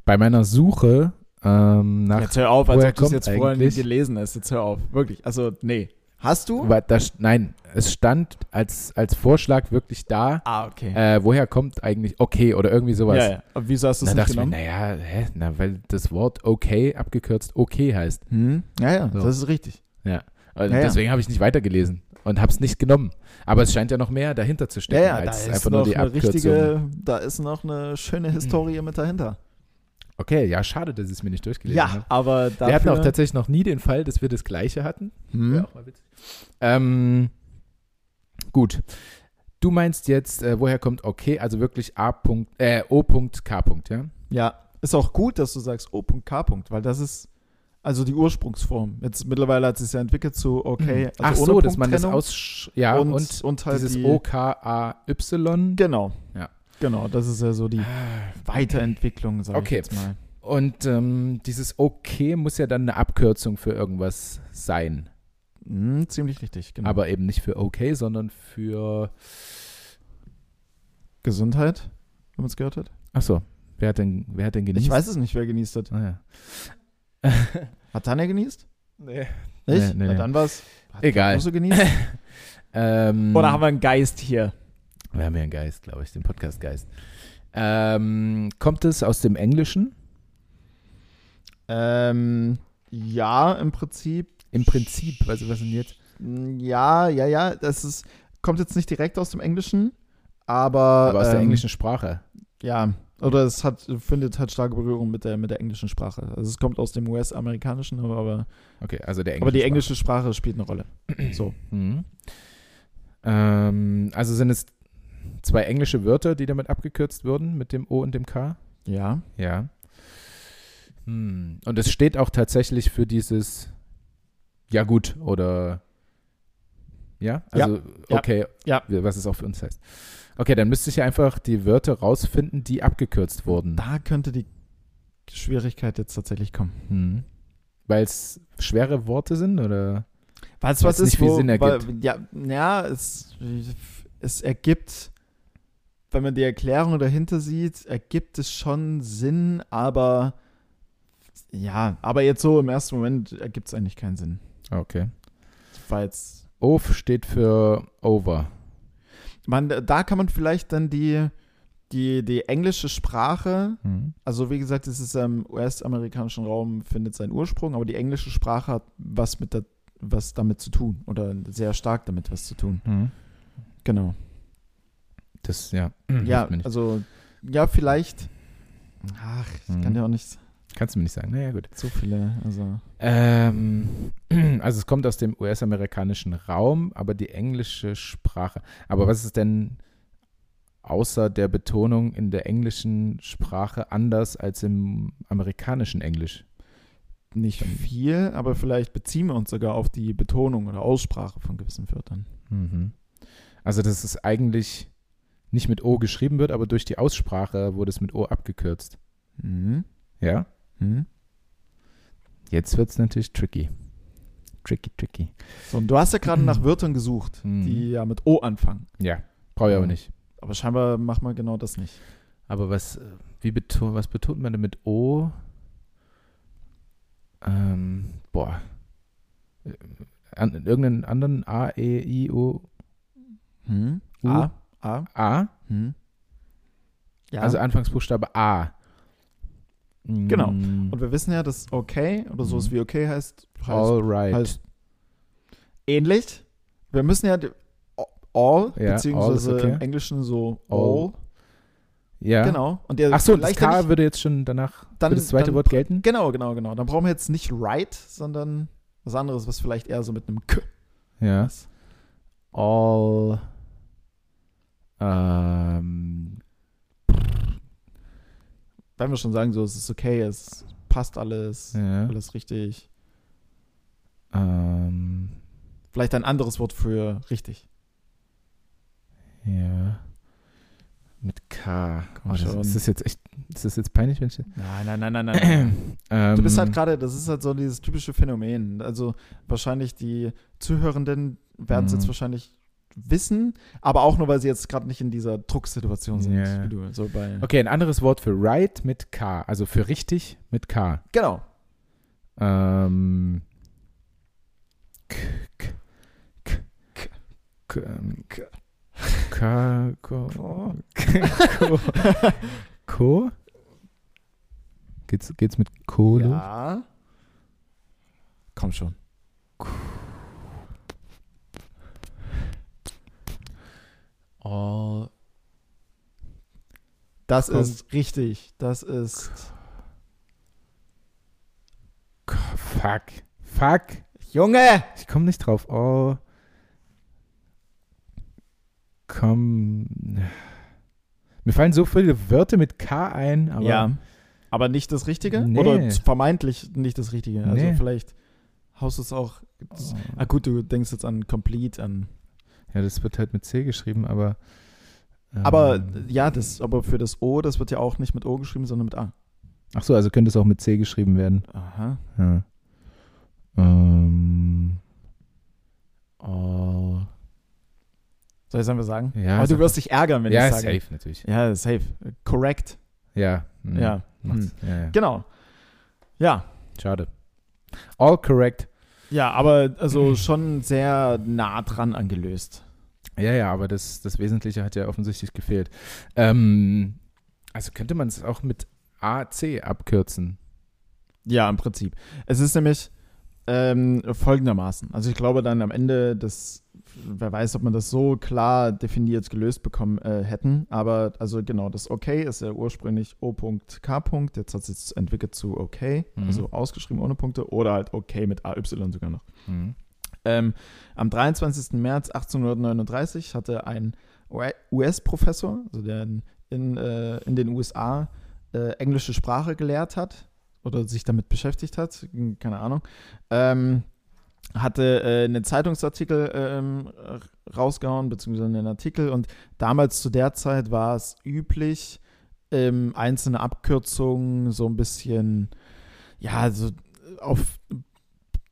S2: bei meiner Suche ähm, nach.
S1: hör auf,
S2: als woher ob du's kommt jetzt vorhin eigentlich?
S1: gelesen hast. Jetzt hör auf, wirklich. Also, nee. Hast du?
S2: Wa- da, st- nein, es stand als, als Vorschlag wirklich da,
S1: Ah, okay.
S2: äh, woher kommt eigentlich okay oder irgendwie sowas.
S1: ja, ja. Aber wieso hast du
S2: Da
S1: es nicht
S2: dachte ich mir,
S1: genommen?
S2: naja, hä, na, weil das Wort okay abgekürzt okay heißt.
S1: Hm? Ja, ja,
S2: So.
S1: das ist richtig.
S2: Und
S1: Ja, ja.
S2: deswegen habe ich nicht weitergelesen und habe es nicht genommen. Aber es scheint ja noch mehr dahinter zu stecken,
S1: da
S2: als
S1: ist
S2: einfach
S1: noch
S2: nur die
S1: eine
S2: Abkürzung. Hm.
S1: richtige, da ist noch eine schöne Historie mit dahinter.
S2: Okay, ja, schade, dass ich es mir nicht durchgelesen habe.
S1: aber
S2: ne? Wir hatten auch tatsächlich noch nie den Fall, dass wir das Gleiche hatten.
S1: hm?
S2: Wäre auch mal witzig. Ähm, gut. Du meinst jetzt, äh, woher kommt okay, also wirklich A. Punkt, äh, O. Punkt, K. Punkt, ja?
S1: Ja, ist auch gut, dass du sagst O.K. weil das ist also die Ursprungsform. Jetzt mittlerweile hat sie es ja entwickelt zu okay. Also
S2: Hm. Ach
S1: ohne
S2: so, dass man das
S1: Punkttrennung
S2: aus ja
S1: und,
S2: und,
S1: und, halt
S2: dieses
S1: die,
S2: O K A Y
S1: Genau.
S2: Ja.
S1: Genau, das ist ja so die Weiterentwicklung, sag
S2: Okay.
S1: ich jetzt mal.
S2: Und ähm, dieses Okay muss ja dann eine Abkürzung für irgendwas sein.
S1: Hm, ziemlich richtig, genau.
S2: Aber eben nicht für okay, sondern für.
S1: Gesundheit, wenn man es gehört hat.
S2: Achso, wer hat denn, wer hat denn Ah, genießt?
S1: Ich weiß es nicht, wer genießt hat.
S2: Naja.
S1: Hat Tanja genießt?
S2: nee.
S1: Nicht?
S2: Nee, nee,
S1: Na,
S2: nee.
S1: dann war's. Hat
S2: Egal.
S1: Hast du genießt?
S2: Ähm,
S3: Oder haben wir einen Geist hier?
S2: wir haben ja einen Geist, glaube ich, den Podcast-Geist. Ähm, kommt es aus dem Englischen?
S1: ähm, ja, im Prinzip.
S2: Im Prinzip, also was denn jetzt?
S1: mm, Ja, ja, ja. Das ist, kommt jetzt nicht direkt aus dem Englischen, aber.
S2: Aber aus der
S1: ähm,
S2: englischen Sprache.
S1: Ja. Oder es hat, findet halt starke Berührung mit der, mit der englischen Sprache. Also es kommt aus dem US-amerikanischen, aber, aber,
S2: Okay, also der englischen
S1: aber die
S2: Sprache.
S1: englische Sprache spielt eine Rolle. So.
S2: Mhm. Ähm, also sind es zwei englische Wörter, die damit abgekürzt würden, mit dem O und dem K?
S1: Ja.
S2: Ja. Hm. Und es steht auch tatsächlich für dieses Ja gut oder Ja,
S1: Ja.
S2: also
S1: Ja.
S2: okay,
S1: Ja.
S2: was es auch für uns heißt. Okay, dann müsste ich ja einfach die Wörter rausfinden, die abgekürzt wurden.
S1: Da könnte die Schwierigkeit jetzt tatsächlich kommen.
S2: Hm. Weil es schwere Worte sind oder
S1: Weil es
S2: Weil's
S1: was
S2: nicht
S1: ist,
S2: viel
S1: wo,
S2: Sinn
S1: weil,
S2: ergibt.
S1: ja, ja es, es ergibt, wenn man die Erklärung dahinter sieht, ergibt es schon Sinn, aber ja, aber jetzt so im ersten Moment ergibt es eigentlich keinen Sinn.
S2: okay.
S1: Falls
S2: OV steht für over.
S1: man, da kann man vielleicht dann die, die, die englische Sprache
S2: Hm.
S1: Also wie gesagt, es ist im US-amerikanischen Raum findet seinen Ursprung, aber die englische Sprache hat was mit der, was damit zu tun oder sehr stark damit was zu tun.
S2: Hm.
S1: Genau.
S2: Das ja.
S1: ja,
S2: Hm, hilft mir nicht.
S1: also ja vielleicht. Ach, ich
S2: Mhm.
S1: kann dir auch nicht
S2: kannst du mir nicht sagen. Naja, gut.
S1: so viele. Also
S2: Ähm, also es kommt aus dem US-amerikanischen Raum, aber die englische Sprache. Aber was ist denn außer der Betonung in der englischen Sprache anders als im amerikanischen Englisch?
S1: nicht viel, aber vielleicht beziehen wir uns sogar auf die Betonung oder Aussprache von gewissen Wörtern.
S2: Also dass es eigentlich nicht mit O geschrieben wird, aber durch die Aussprache wurde es mit O abgekürzt.
S1: Mhm.
S2: Ja?
S1: Mhm.
S2: Jetzt wird es natürlich tricky. Tricky, tricky.
S1: So, und du hast ja gerade nach Wörtern gesucht,
S2: Mhm.
S1: die ja mit O anfangen.
S2: Ja, brauche ich aber nicht.
S1: Aber scheinbar macht man genau das nicht.
S2: Aber was, äh, wie beto was betont man denn mit O? Ähm, boah. Äh, An, irgendeinen anderen A, E, I, O,
S1: Mhm.
S2: U?
S1: A. A.
S2: A?
S1: Mhm. Ja.
S2: Also Anfangsbuchstabe A. Mm,
S1: Genau. Und wir wissen ja, dass okay oder so ist wie okay heißt, heißt,
S2: Mhm. all right.
S1: heißt Halt. ähnlich. Wir müssen ja die- all,
S2: Ja, all ist
S1: beziehungsweise
S2: okay.
S1: im Englischen so all.
S2: All. ja.
S1: Genau. Und der
S2: Ach so, das
S1: ja
S2: K
S1: nicht-
S2: würde jetzt schon danach,
S1: Dann-
S2: würde das zweite
S1: dann-
S2: Wort gelten?
S1: Genau, genau, genau. Dann brauchen wir jetzt nicht right, sondern was anderes, was vielleicht eher so mit einem K
S2: Ja.
S1: ist.
S2: All. Ähm,
S1: Wenn wir schon sagen, so es ist okay, es passt alles,
S2: ja.
S1: alles richtig.
S2: Ähm,
S1: Vielleicht ein anderes Wort für richtig.
S2: Ja. Mit K.
S1: Komm
S2: oh, das,
S1: schon.
S2: ist das jetzt echt, ist das jetzt peinlich, wenn ich.
S1: Nein, nein, nein, nein, nein.
S2: Ähm,
S1: Du bist halt gerade, das ist halt so dieses typische Phänomen. Also wahrscheinlich die Zuhörenden werden es
S2: Mhm.
S1: jetzt wahrscheinlich wissen, aber auch nur, weil sie jetzt gerade nicht in dieser Drucksituation sind.
S2: Ja.
S1: Wie du, so bei,
S2: Okay, ein anderes Wort für right mit K, also für richtig mit K.
S1: Genau.
S2: Ähm, k, k, k, k, k, ähm,
S1: K.
S2: K, ko, ko, ko? Geht's, geht's mit Ko los?
S1: Ja. Komm schon.
S2: All,
S1: Oh. Das
S2: Komm.
S1: ist richtig. Das ist.
S2: fuck, fuck.
S1: Junge!
S2: Ich komme nicht drauf. Oh. Komm. Mir fallen so viele Wörter mit K ein, aber.
S1: ja. Aber nicht das Richtige?
S2: Nee.
S1: Oder vermeintlich nicht das Richtige. Also
S2: Nee.
S1: vielleicht haust du es auch. Ah gut, du denkst jetzt an Complete, an
S2: Ja, das wird halt mit C geschrieben, aber. ähm,
S1: äh, Aber ja, das, aber für das O, das wird ja auch nicht mit O geschrieben, sondern mit A.
S2: Ach so, also könnte es auch mit C geschrieben werden.
S1: Aha.
S2: Ja. Ähm, oh,
S1: Soll ich es einfach sagen?
S2: Ja,
S1: Aber du
S2: sag-
S1: wirst dich ärgern, wenn
S2: ja,
S1: ich sage.
S2: safe natürlich.
S1: Ja, safe. Correct.
S2: Ja. mhm.
S1: Ja.
S2: Macht's. ja, ja.
S1: Genau. Ja.
S2: Schade. All correct.
S1: Ja, aber also schon sehr nah dran angelöst.
S2: Ja, ja, aber das, das Wesentliche hat ja offensichtlich gefehlt. Ähm, also könnte man es auch mit AC abkürzen.
S1: Ja, im Prinzip. Es ist nämlich ähm, folgendermaßen. Also ich glaube dann am Ende des, wer weiß, ob man das so klar definiert gelöst bekommen äh, hätten. Aber also genau, das OK ist ja ursprünglich O.K. Jetzt hat es entwickelt zu OK,
S2: Mhm.
S1: also ausgeschrieben ohne Punkte oder halt OK mit AY sogar noch.
S2: Mhm.
S1: Ähm, am 23. März 1839 hatte ein US-Professor, also der in, in, äh, in den USA äh, englische Sprache gelehrt hat oder sich damit beschäftigt hat, hm, keine Ahnung, ähm, hatte äh, einen Zeitungsartikel ähm, rausgehauen, beziehungsweise einen Artikel. Und damals zu der Zeit war es üblich, ähm, einzelne Abkürzungen so ein bisschen, ja, so auf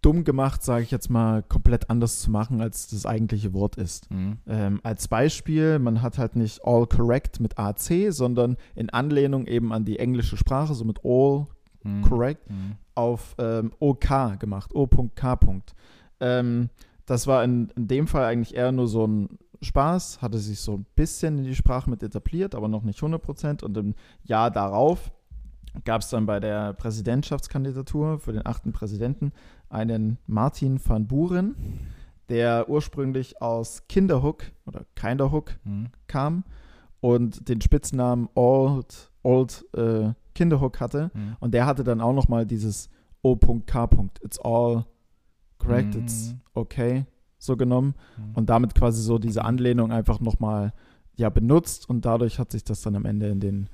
S1: dumm gemacht, sage ich jetzt mal, komplett anders zu machen, als das eigentliche Wort ist.
S2: Mhm.
S1: Ähm, als Beispiel, man hat halt nicht all correct mit AC, sondern in Anlehnung eben an die englische Sprache, so mit all
S2: Mhm.
S1: correct
S2: Mhm.
S1: auf ähm, OK gemacht, O.K. Ähm, das war in, in dem Fall eigentlich eher nur so ein Spaß, hatte sich so ein bisschen in die Sprache mit etabliert, aber noch nicht 100%. Und im Jahr darauf gab es dann bei der Präsidentschaftskandidatur für den achten Präsidenten einen Martin van Buren, der ursprünglich aus Kinderhook oder Kinderhook
S2: Mhm.
S1: kam und den Spitznamen Old, Old äh, Kinderhook hatte.
S2: Mhm.
S1: Und der hatte dann auch nochmal dieses O.K. It's all correct,
S2: Mhm.
S1: it's okay, so genommen.
S2: Mhm.
S1: Und damit quasi so diese Anlehnung einfach nochmal ja, benutzt und dadurch hat sich das dann am Ende in den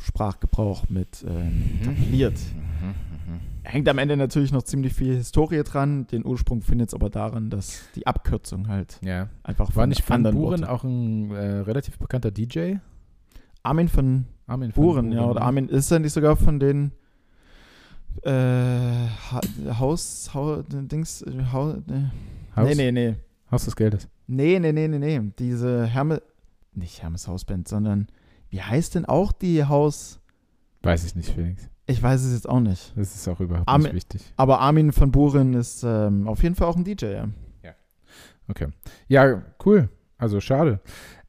S1: Sprachgebrauch mit ähm, etabliert.
S2: Mhm. Mhm.
S1: Hängt am Ende natürlich noch ziemlich viel Historie dran. Den Ursprung findet es aber daran, dass die Abkürzung halt
S2: Ja.
S1: einfach
S2: War nicht Van
S1: anderen
S2: Buren
S1: Worten-
S2: auch ein äh, relativ bekannter DJ?
S1: Armin von
S2: Armin van
S1: Buren, ja, oder
S2: ne?
S1: Armin, ist er nicht sogar von den äh, ha Haus, Hau, Dings, äh, Hau, ne.
S2: Haus,
S1: nee, nee, nee,
S2: Haus des Geldes.
S1: nee, nee, nee, nee, nee, diese Hermes, nicht Hermes Hausband, sondern, wie heißt denn auch die Haus,
S2: Weiß ich nicht, Felix.
S1: ich weiß es jetzt auch nicht,
S2: Das ist auch überhaupt
S1: Armin-
S2: nicht wichtig.
S1: aber Armin von Buren ist ähm, auf jeden Fall auch ein DJ, ja.
S2: Ja, cool. Also schade.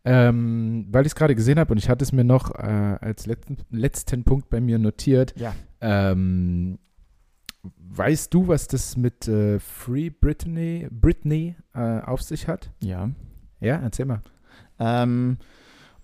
S2: Ähm, weil ich es gerade gesehen habe und ich hatte es mir noch äh, als letzten, letzten Punkt bei mir notiert.
S1: Ja.
S2: Ähm, weißt du, was das mit äh, Free Britney, Britney äh, auf sich hat?
S1: Ja.
S2: Ja, erzähl mal.
S1: Ähm,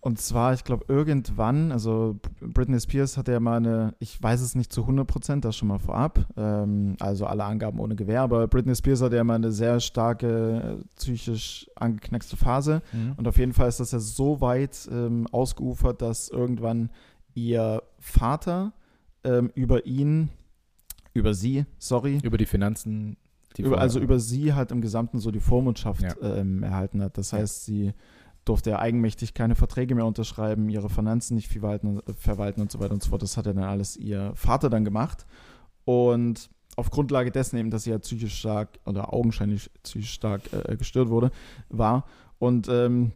S1: und zwar, ich glaube, irgendwann, also Britney Spears hatte ja mal eine, ich weiß es nicht zu 100 Prozent, das schon mal vorab, ähm, also alle Angaben ohne Gewähr, aber Britney Spears hatte ja mal eine sehr starke, äh, psychisch angeknackste Phase. Und auf jeden Fall ist das ja so weit ähm, ausgeufert, dass irgendwann ihr Vater ähm, über ihn, über sie, sorry,
S2: über die Finanzen. Die
S1: über, also über sie halt im Gesamten so die Vormundschaft
S2: Ja.
S1: ähm, erhalten hat. Das
S2: Ja.
S1: heißt, sie durfte ja eigenmächtig keine Verträge mehr unterschreiben, ihre Finanzen nicht verwalten, verwalten und so weiter und so fort. Das hat ja dann alles ihr Vater dann gemacht. Und auf Grundlage dessen eben, dass sie ja psychisch stark oder augenscheinlich psychisch stark äh, gestört wurde, war. Und ähm,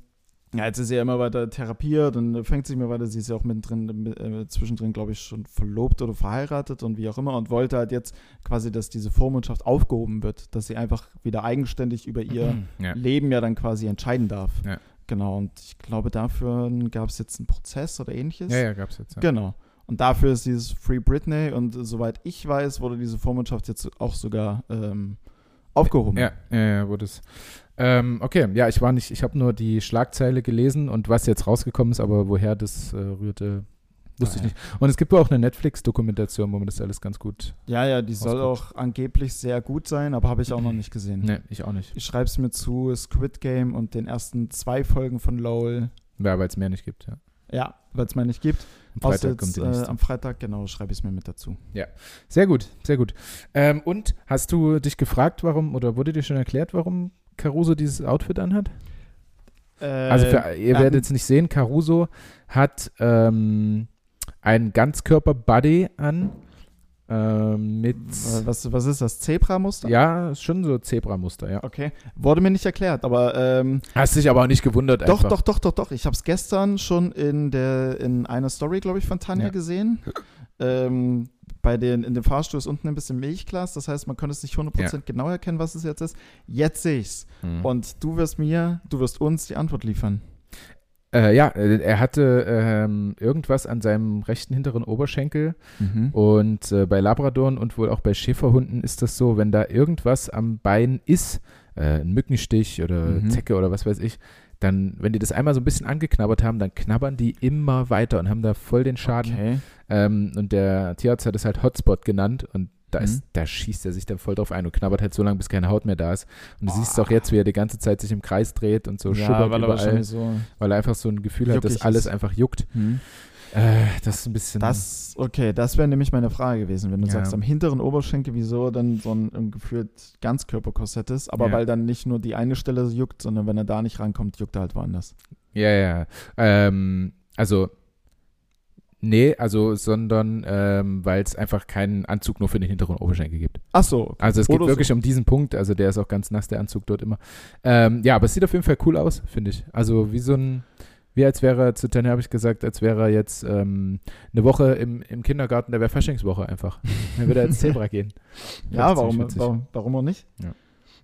S1: ja, jetzt ist sie ja immer weiter therapiert und fängt sich immer weiter. Sie ist ja auch mittendrin, äh, zwischendrin, glaube ich, schon verlobt oder verheiratet und wie auch immer und wollte halt jetzt quasi, dass diese Vormundschaft aufgehoben wird, dass sie einfach wieder eigenständig über ihr
S2: Ja.
S1: Leben ja dann quasi entscheiden darf.
S2: Ja.
S1: Genau, und ich glaube, dafür gab es jetzt einen Prozess oder ähnliches.
S2: ja, ja, gab's jetzt. Ja.
S1: Genau. Und dafür ist dieses Free Britney und äh, soweit ich weiß, wurde diese Vormundschaft jetzt auch sogar ähm, aufgehoben.
S2: Ja, ja, ja, wurde es. Ähm, okay, ja, ich war nicht, ich habe nur die Schlagzeile gelesen und was jetzt rausgekommen ist, aber woher das äh, rührte, wusste
S1: Ah,
S2: ich nicht. Und es gibt auch eine Netflix-Dokumentation, wo man das alles ganz gut.
S1: ja, ja, die soll
S2: Ausgerutscht.
S1: auch angeblich sehr gut sein, aber habe ich auch noch nicht gesehen.
S2: Ne, ich auch nicht.
S1: Ich schreibe es mir zu Squid Game und den ersten zwei Folgen von LOL.
S2: Ja, weil es mehr nicht gibt. Ja.
S1: Ja, weil es mal nicht gibt.
S2: Am
S1: Außer
S2: Freitag
S1: jetzt,
S2: kommt die
S1: äh,
S2: nächste.
S1: am Freitag, genau, schreibe ich es mir mit dazu.
S2: sehr gut, sehr gut. Ähm, und hast du dich gefragt, warum oder wurde dir schon erklärt, warum Caruso dieses Outfit anhat? Also für, ihr
S1: ähm,
S2: werdet es nicht sehen, Caruso hat ähm, ein Ganzkörper-Buddy an. ähm, mit.
S1: Was, was ist das? Zebra-Muster?
S2: Ja, ist schon so Zebramuster, ja.
S1: Okay. Wurde mir nicht erklärt, aber ähm,
S2: Hast dich aber auch nicht gewundert,
S1: doch,
S2: einfach.
S1: doch, doch, doch, doch. Ich habe es gestern schon in der in einer Story, glaube ich, von Tanja
S2: Ja.
S1: gesehen. Ähm, bei den, in dem Fahrstuhl ist unten ein bisschen Milchglas, das heißt, man konnte es nicht 100% genau erkennen, was es jetzt ist. Jetzt sehe ich's.
S2: Mhm.
S1: Und du wirst mir, du wirst uns die Antwort liefern.
S2: Äh, ja, äh, er hatte ähm, irgendwas an seinem rechten hinteren Oberschenkel.
S1: Oh,
S2: Und äh, bei Labradoren und wohl auch bei Schäferhunden ist das so, wenn da irgendwas am Bein ist, äh, ein Mückenstich oder
S1: Mhm.
S2: Zecke oder was weiß ich, dann, wenn die das einmal so ein bisschen angeknabbert haben, dann knabbern die immer weiter und haben da voll den Schaden.
S1: Okay.
S2: Ähm, und der Tierarzt hat es halt Hotspot genannt und da, ist,
S1: Mhm.
S2: da schießt er sich dann voll drauf ein und knabbert halt so lange, bis keine Haut mehr da ist. Und du
S1: Boah.
S2: siehst es auch jetzt, wie er die ganze Zeit sich im Kreis dreht und so schubbert überall,
S1: so.
S2: weil er einfach so ein Gefühl hat, dass
S1: Juckig
S2: alles
S1: ist.
S2: einfach juckt. Äh, das ist ein bisschen.
S1: Hm. Das, okay, das wäre nämlich meine Frage gewesen, wenn du
S2: Ja.
S1: sagst, am hinteren Oberschenkel, wieso dann so ein ähm, gefühlt Ganzkörperkorsett ist, aber
S2: Ja.
S1: weil dann nicht nur die eine Stelle juckt, sondern wenn er da nicht rankommt, juckt er halt woanders.
S2: Ja, ja. Ähm, also, nee, also, sondern ähm, weil es einfach keinen Anzug nur für den hinteren Oberschenkel gibt.
S1: Ach so,
S2: Also es geht
S1: Oder
S2: wirklich um diesen Punkt, also der ist auch ganz nass, der Anzug dort immer. Ähm, ja, aber es sieht auf jeden Fall cool aus, finde ich. Also wie so ein, wie als wäre er, zu Tanja habe ich gesagt, als wäre er jetzt ähm, eine Woche im, im Kindergarten, da wäre Faschingswoche einfach. Dann würde er ins Zebra gehen.
S1: ja,
S2: Find's
S1: warum,
S2: ziemlich witzig.
S1: warum, warum auch nicht?
S2: Ja.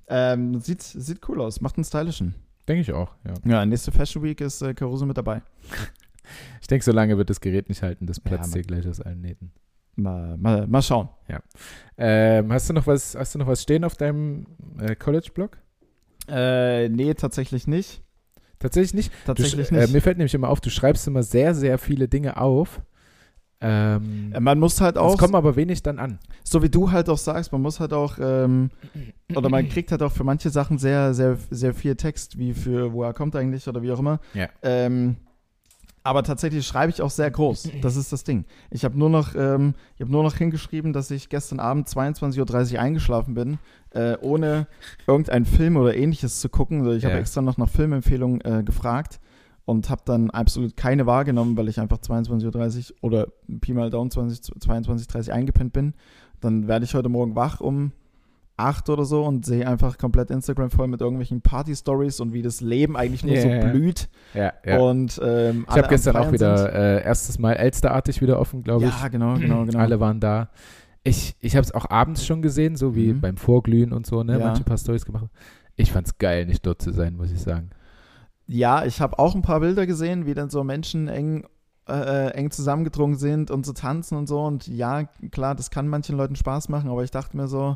S1: Ähm, sieht, sieht cool aus, macht einen stylischen.
S2: Denke ich auch, ja.
S1: Ja, nächste Fashion Week ist äh, Caruso mit dabei.
S2: Ich denke, so lange wird das Gerät nicht halten, das platzt
S1: Mann.
S2: hier gleich aus allen Nähten.
S1: Mal, mal, mal schauen.
S2: Ähm, hast du noch was, hast du noch was stehen auf deinem äh, College-Blog?
S1: Äh, nee, tatsächlich nicht.
S2: Tatsächlich nicht. Du sch-
S1: Tatsächlich
S2: Äh,
S1: nicht.
S2: mir fällt nämlich immer auf, du schreibst immer sehr, sehr viele Dinge auf. Ähm,
S1: Äh, Man muss halt
S2: es
S1: auch,
S2: kommen aber wenig dann an.
S1: so wie du halt auch sagst, man muss halt auch, ähm, oder man kriegt halt auch für manche Sachen sehr, sehr, sehr viel Text, wie für woher kommt eigentlich oder wie auch immer.
S2: Ja.
S1: Ähm, aber tatsächlich schreibe ich auch sehr groß. Das ist das Ding. Ich habe nur noch, ähm, ich habe nur noch hingeschrieben, dass ich gestern Abend 22.30 Uhr eingeschlafen bin, äh, ohne irgendeinen Film oder ähnliches zu gucken. Also Ich habe
S2: Ja.
S1: extra noch nach Filmempfehlungen äh, gefragt und habe dann absolut keine wahrgenommen, weil ich einfach 22.30 Uhr oder Pi mal Down 20, 22.30 Uhr eingepennt bin. Dann werde ich heute Morgen wach um 8 oder so und sehe einfach komplett Instagram voll mit irgendwelchen Party-Stories und wie das Leben eigentlich nur
S2: Ja, ja,
S1: so
S2: ja.
S1: blüht.
S2: Ja, ja.
S1: Und ähm,
S2: ich habe
S1: am
S2: gestern auch
S1: Feiern
S2: wieder
S1: sind.
S2: äh, erstes Mal Elsterartig wieder offen, glaube
S1: Ja, genau, genau,
S2: ich.
S1: genau.
S2: Alle waren da. Ich, ich habe es auch abends schon gesehen, so wie
S1: Mhm.
S2: beim Vorglühen und so, ne?
S1: Ja.
S2: Manche paar Stories gemacht. Ich fand's geil, nicht dort zu sein, muss ich sagen.
S1: Ja, ich habe auch ein paar Bilder gesehen, wie dann so Menschen eng, äh, äh, eng zusammengedrungen sind und so tanzen und so. Und ja, klar, das kann manchen Leuten Spaß machen, aber ich dachte mir so,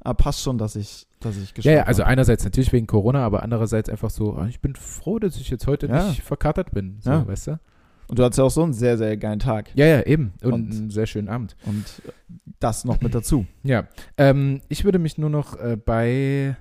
S1: ah, passt schon, dass ich, dass ich
S2: Ja,
S1: geschafft
S2: ja, also
S1: habe.
S2: einerseits natürlich wegen Corona, aber andererseits einfach so, ah, ich bin froh, dass ich jetzt heute
S1: Ja.
S2: nicht verkatert bin, so,
S1: Ja.
S2: weißt du?
S1: Und du hattest ja auch so einen sehr, sehr geilen Tag.
S2: Ja, ja, eben. Und,
S1: Und-
S2: einen sehr schönen Abend.
S1: Und das noch mit dazu.
S2: Ja, ähm, ich würde mich nur noch äh, bei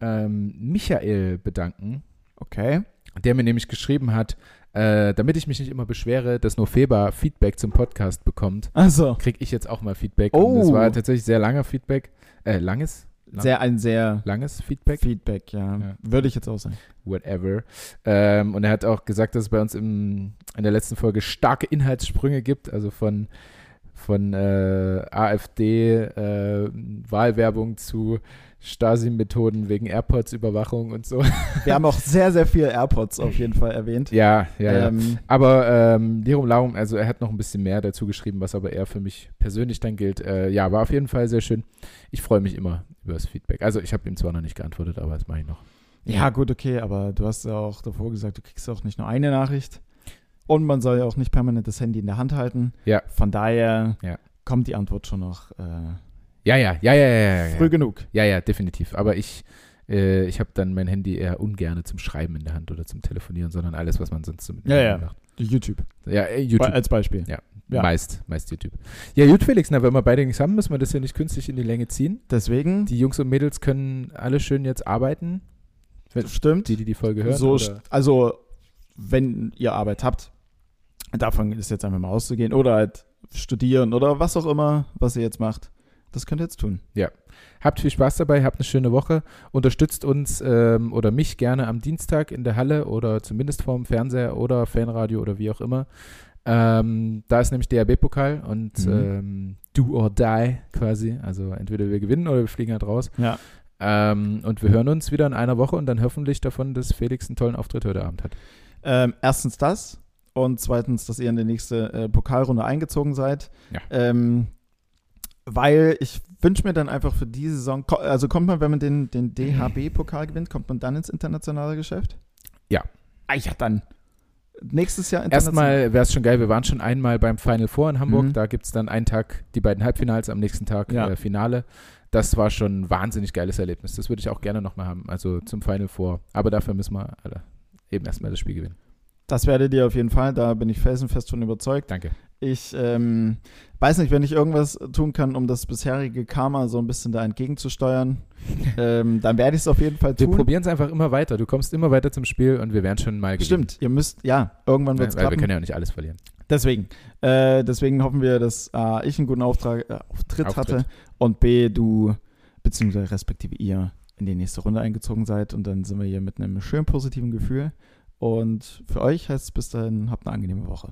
S2: ähm, Michael bedanken,
S1: Okay.
S2: der mir nämlich geschrieben hat, äh, damit ich mich nicht immer beschwere, dass nur Feber Feedback zum Podcast bekommt,
S1: Also,
S2: kriege ich jetzt auch mal Feedback.
S1: Oh.
S2: Und das war tatsächlich sehr langer Feedback. Äh, langes? Lang-
S1: sehr, ein sehr
S2: Langes Feedback?
S1: Feedback, ja.
S2: Ja.
S1: Würde ich jetzt auch sagen.
S2: Whatever. Ähm, und er hat auch gesagt, dass es bei uns im, in der letzten Folge starke Inhaltssprünge gibt, also von von äh, AfD-Wahlwerbung äh, zu Stasi-Methoden wegen Airports-Überwachung und so.
S1: Wir haben auch sehr, sehr viel AirPods auf jeden Fall erwähnt.
S2: Ja, ja, ja.
S1: Ähm,
S2: Aber ähm, Lirum Larum, also er hat noch ein bisschen mehr dazu geschrieben, was aber eher für mich persönlich dann gilt. Äh, ja, war auf jeden Fall sehr schön. Ich freue mich immer über das Feedback. Also ich habe ihm zwar noch nicht geantwortet, aber das mache ich noch.
S1: ja, gut, okay, aber du hast ja auch davor gesagt, du kriegst ja auch nicht nur eine Nachricht. Und man soll ja auch nicht permanent das Handy in der Hand halten.
S2: Ja.
S1: Von daher
S2: Ja.
S1: kommt die Antwort schon noch äh,
S2: Ja, ja, ja, ja, ja, ja. ja.
S1: früh genug.
S2: Ja, ja, definitiv. Aber ich, äh, ich habe dann mein Handy eher ungerne zum Schreiben in der Hand oder zum Telefonieren, sondern alles, was man sonst so mit dem
S1: Ja,
S2: Handy
S1: ja.
S2: macht.
S1: YouTube,
S2: Ja, äh, YouTube.
S1: Be- als Beispiel. ja.
S2: Meist, meist YouTube. Ja, gut, Felix, na, wenn wir beide nichts haben, müssen wir das ja nicht künstlich in die Länge ziehen.
S1: Deswegen,
S2: Die Jungs und Mädels können alle schön jetzt arbeiten,
S1: stimmt,
S2: die, die die Folge hören.
S1: so,
S2: oder?
S1: st- also wenn ihr Arbeit habt, davon ist jetzt einfach mal auszugehen oder halt studieren oder was auch immer, was ihr jetzt macht. Das könnt ihr jetzt tun.
S2: Ja. Habt viel Spaß dabei, habt eine schöne Woche. Unterstützt uns ähm, oder mich gerne am Dienstag in der Halle oder zumindest vorm Fernseher oder Fanradio oder wie auch immer. Ähm, da ist nämlich DRB-Pokal und
S1: Mhm.
S2: ähm, Do or Die quasi. Also entweder wir gewinnen oder wir fliegen halt raus.
S1: Ja.
S2: Ähm, und wir hören uns wieder in einer Woche und dann hoffentlich davon, dass Felix einen tollen Auftritt heute Abend hat.
S1: Ähm, erstens das und zweitens, dass ihr in die nächste äh, Pokalrunde eingezogen seid.
S2: Ja.
S1: Ähm, weil ich wünsche mir dann einfach für die Saison, ko- also kommt man, wenn man den, den DHB-Pokal gewinnt, kommt man dann ins internationale Geschäft?
S2: Ja.
S1: Ah, ja, dann. Nächstes Jahr
S2: Erstmal wäre es schon geil, wir waren schon einmal beim Final Four in Hamburg.
S1: Mhm.
S2: Da gibt es dann einen Tag die beiden Halbfinals, am nächsten Tag
S1: Ja.
S2: äh, Finale. Das war schon ein wahnsinnig geiles Erlebnis. Das würde ich auch gerne nochmal haben, also zum Final Four. Aber dafür müssen wir alle eben erstmal das Spiel gewinnen.
S1: Das werdet ihr auf jeden Fall, da bin ich felsenfest von überzeugt.
S2: Danke.
S1: Ich ähm, weiß nicht, wenn ich irgendwas tun kann, um das bisherige Karma so ein bisschen da entgegenzusteuern, ähm, dann werde ich es auf jeden Fall
S2: Wir
S1: tun.
S2: probieren es einfach immer weiter. Du kommst immer weiter zum Spiel und wir werden schon mal gewinnen.
S1: Stimmt, ihr müsst, ja, irgendwann wird
S2: Ja,
S1: es
S2: weil wir
S1: klappen.
S2: können ja auch nicht alles verlieren.
S1: Deswegen. Äh, deswegen hoffen wir, dass A, ich einen guten Auftrag, äh, Auftritt,
S2: Auftritt.
S1: hatte und B, du beziehungsweise respektive ihr in die nächste Runde eingezogen seid und dann sind wir hier mit einem schön positiven Gefühl. Und für euch heißt es bis dahin, habt eine angenehme Woche.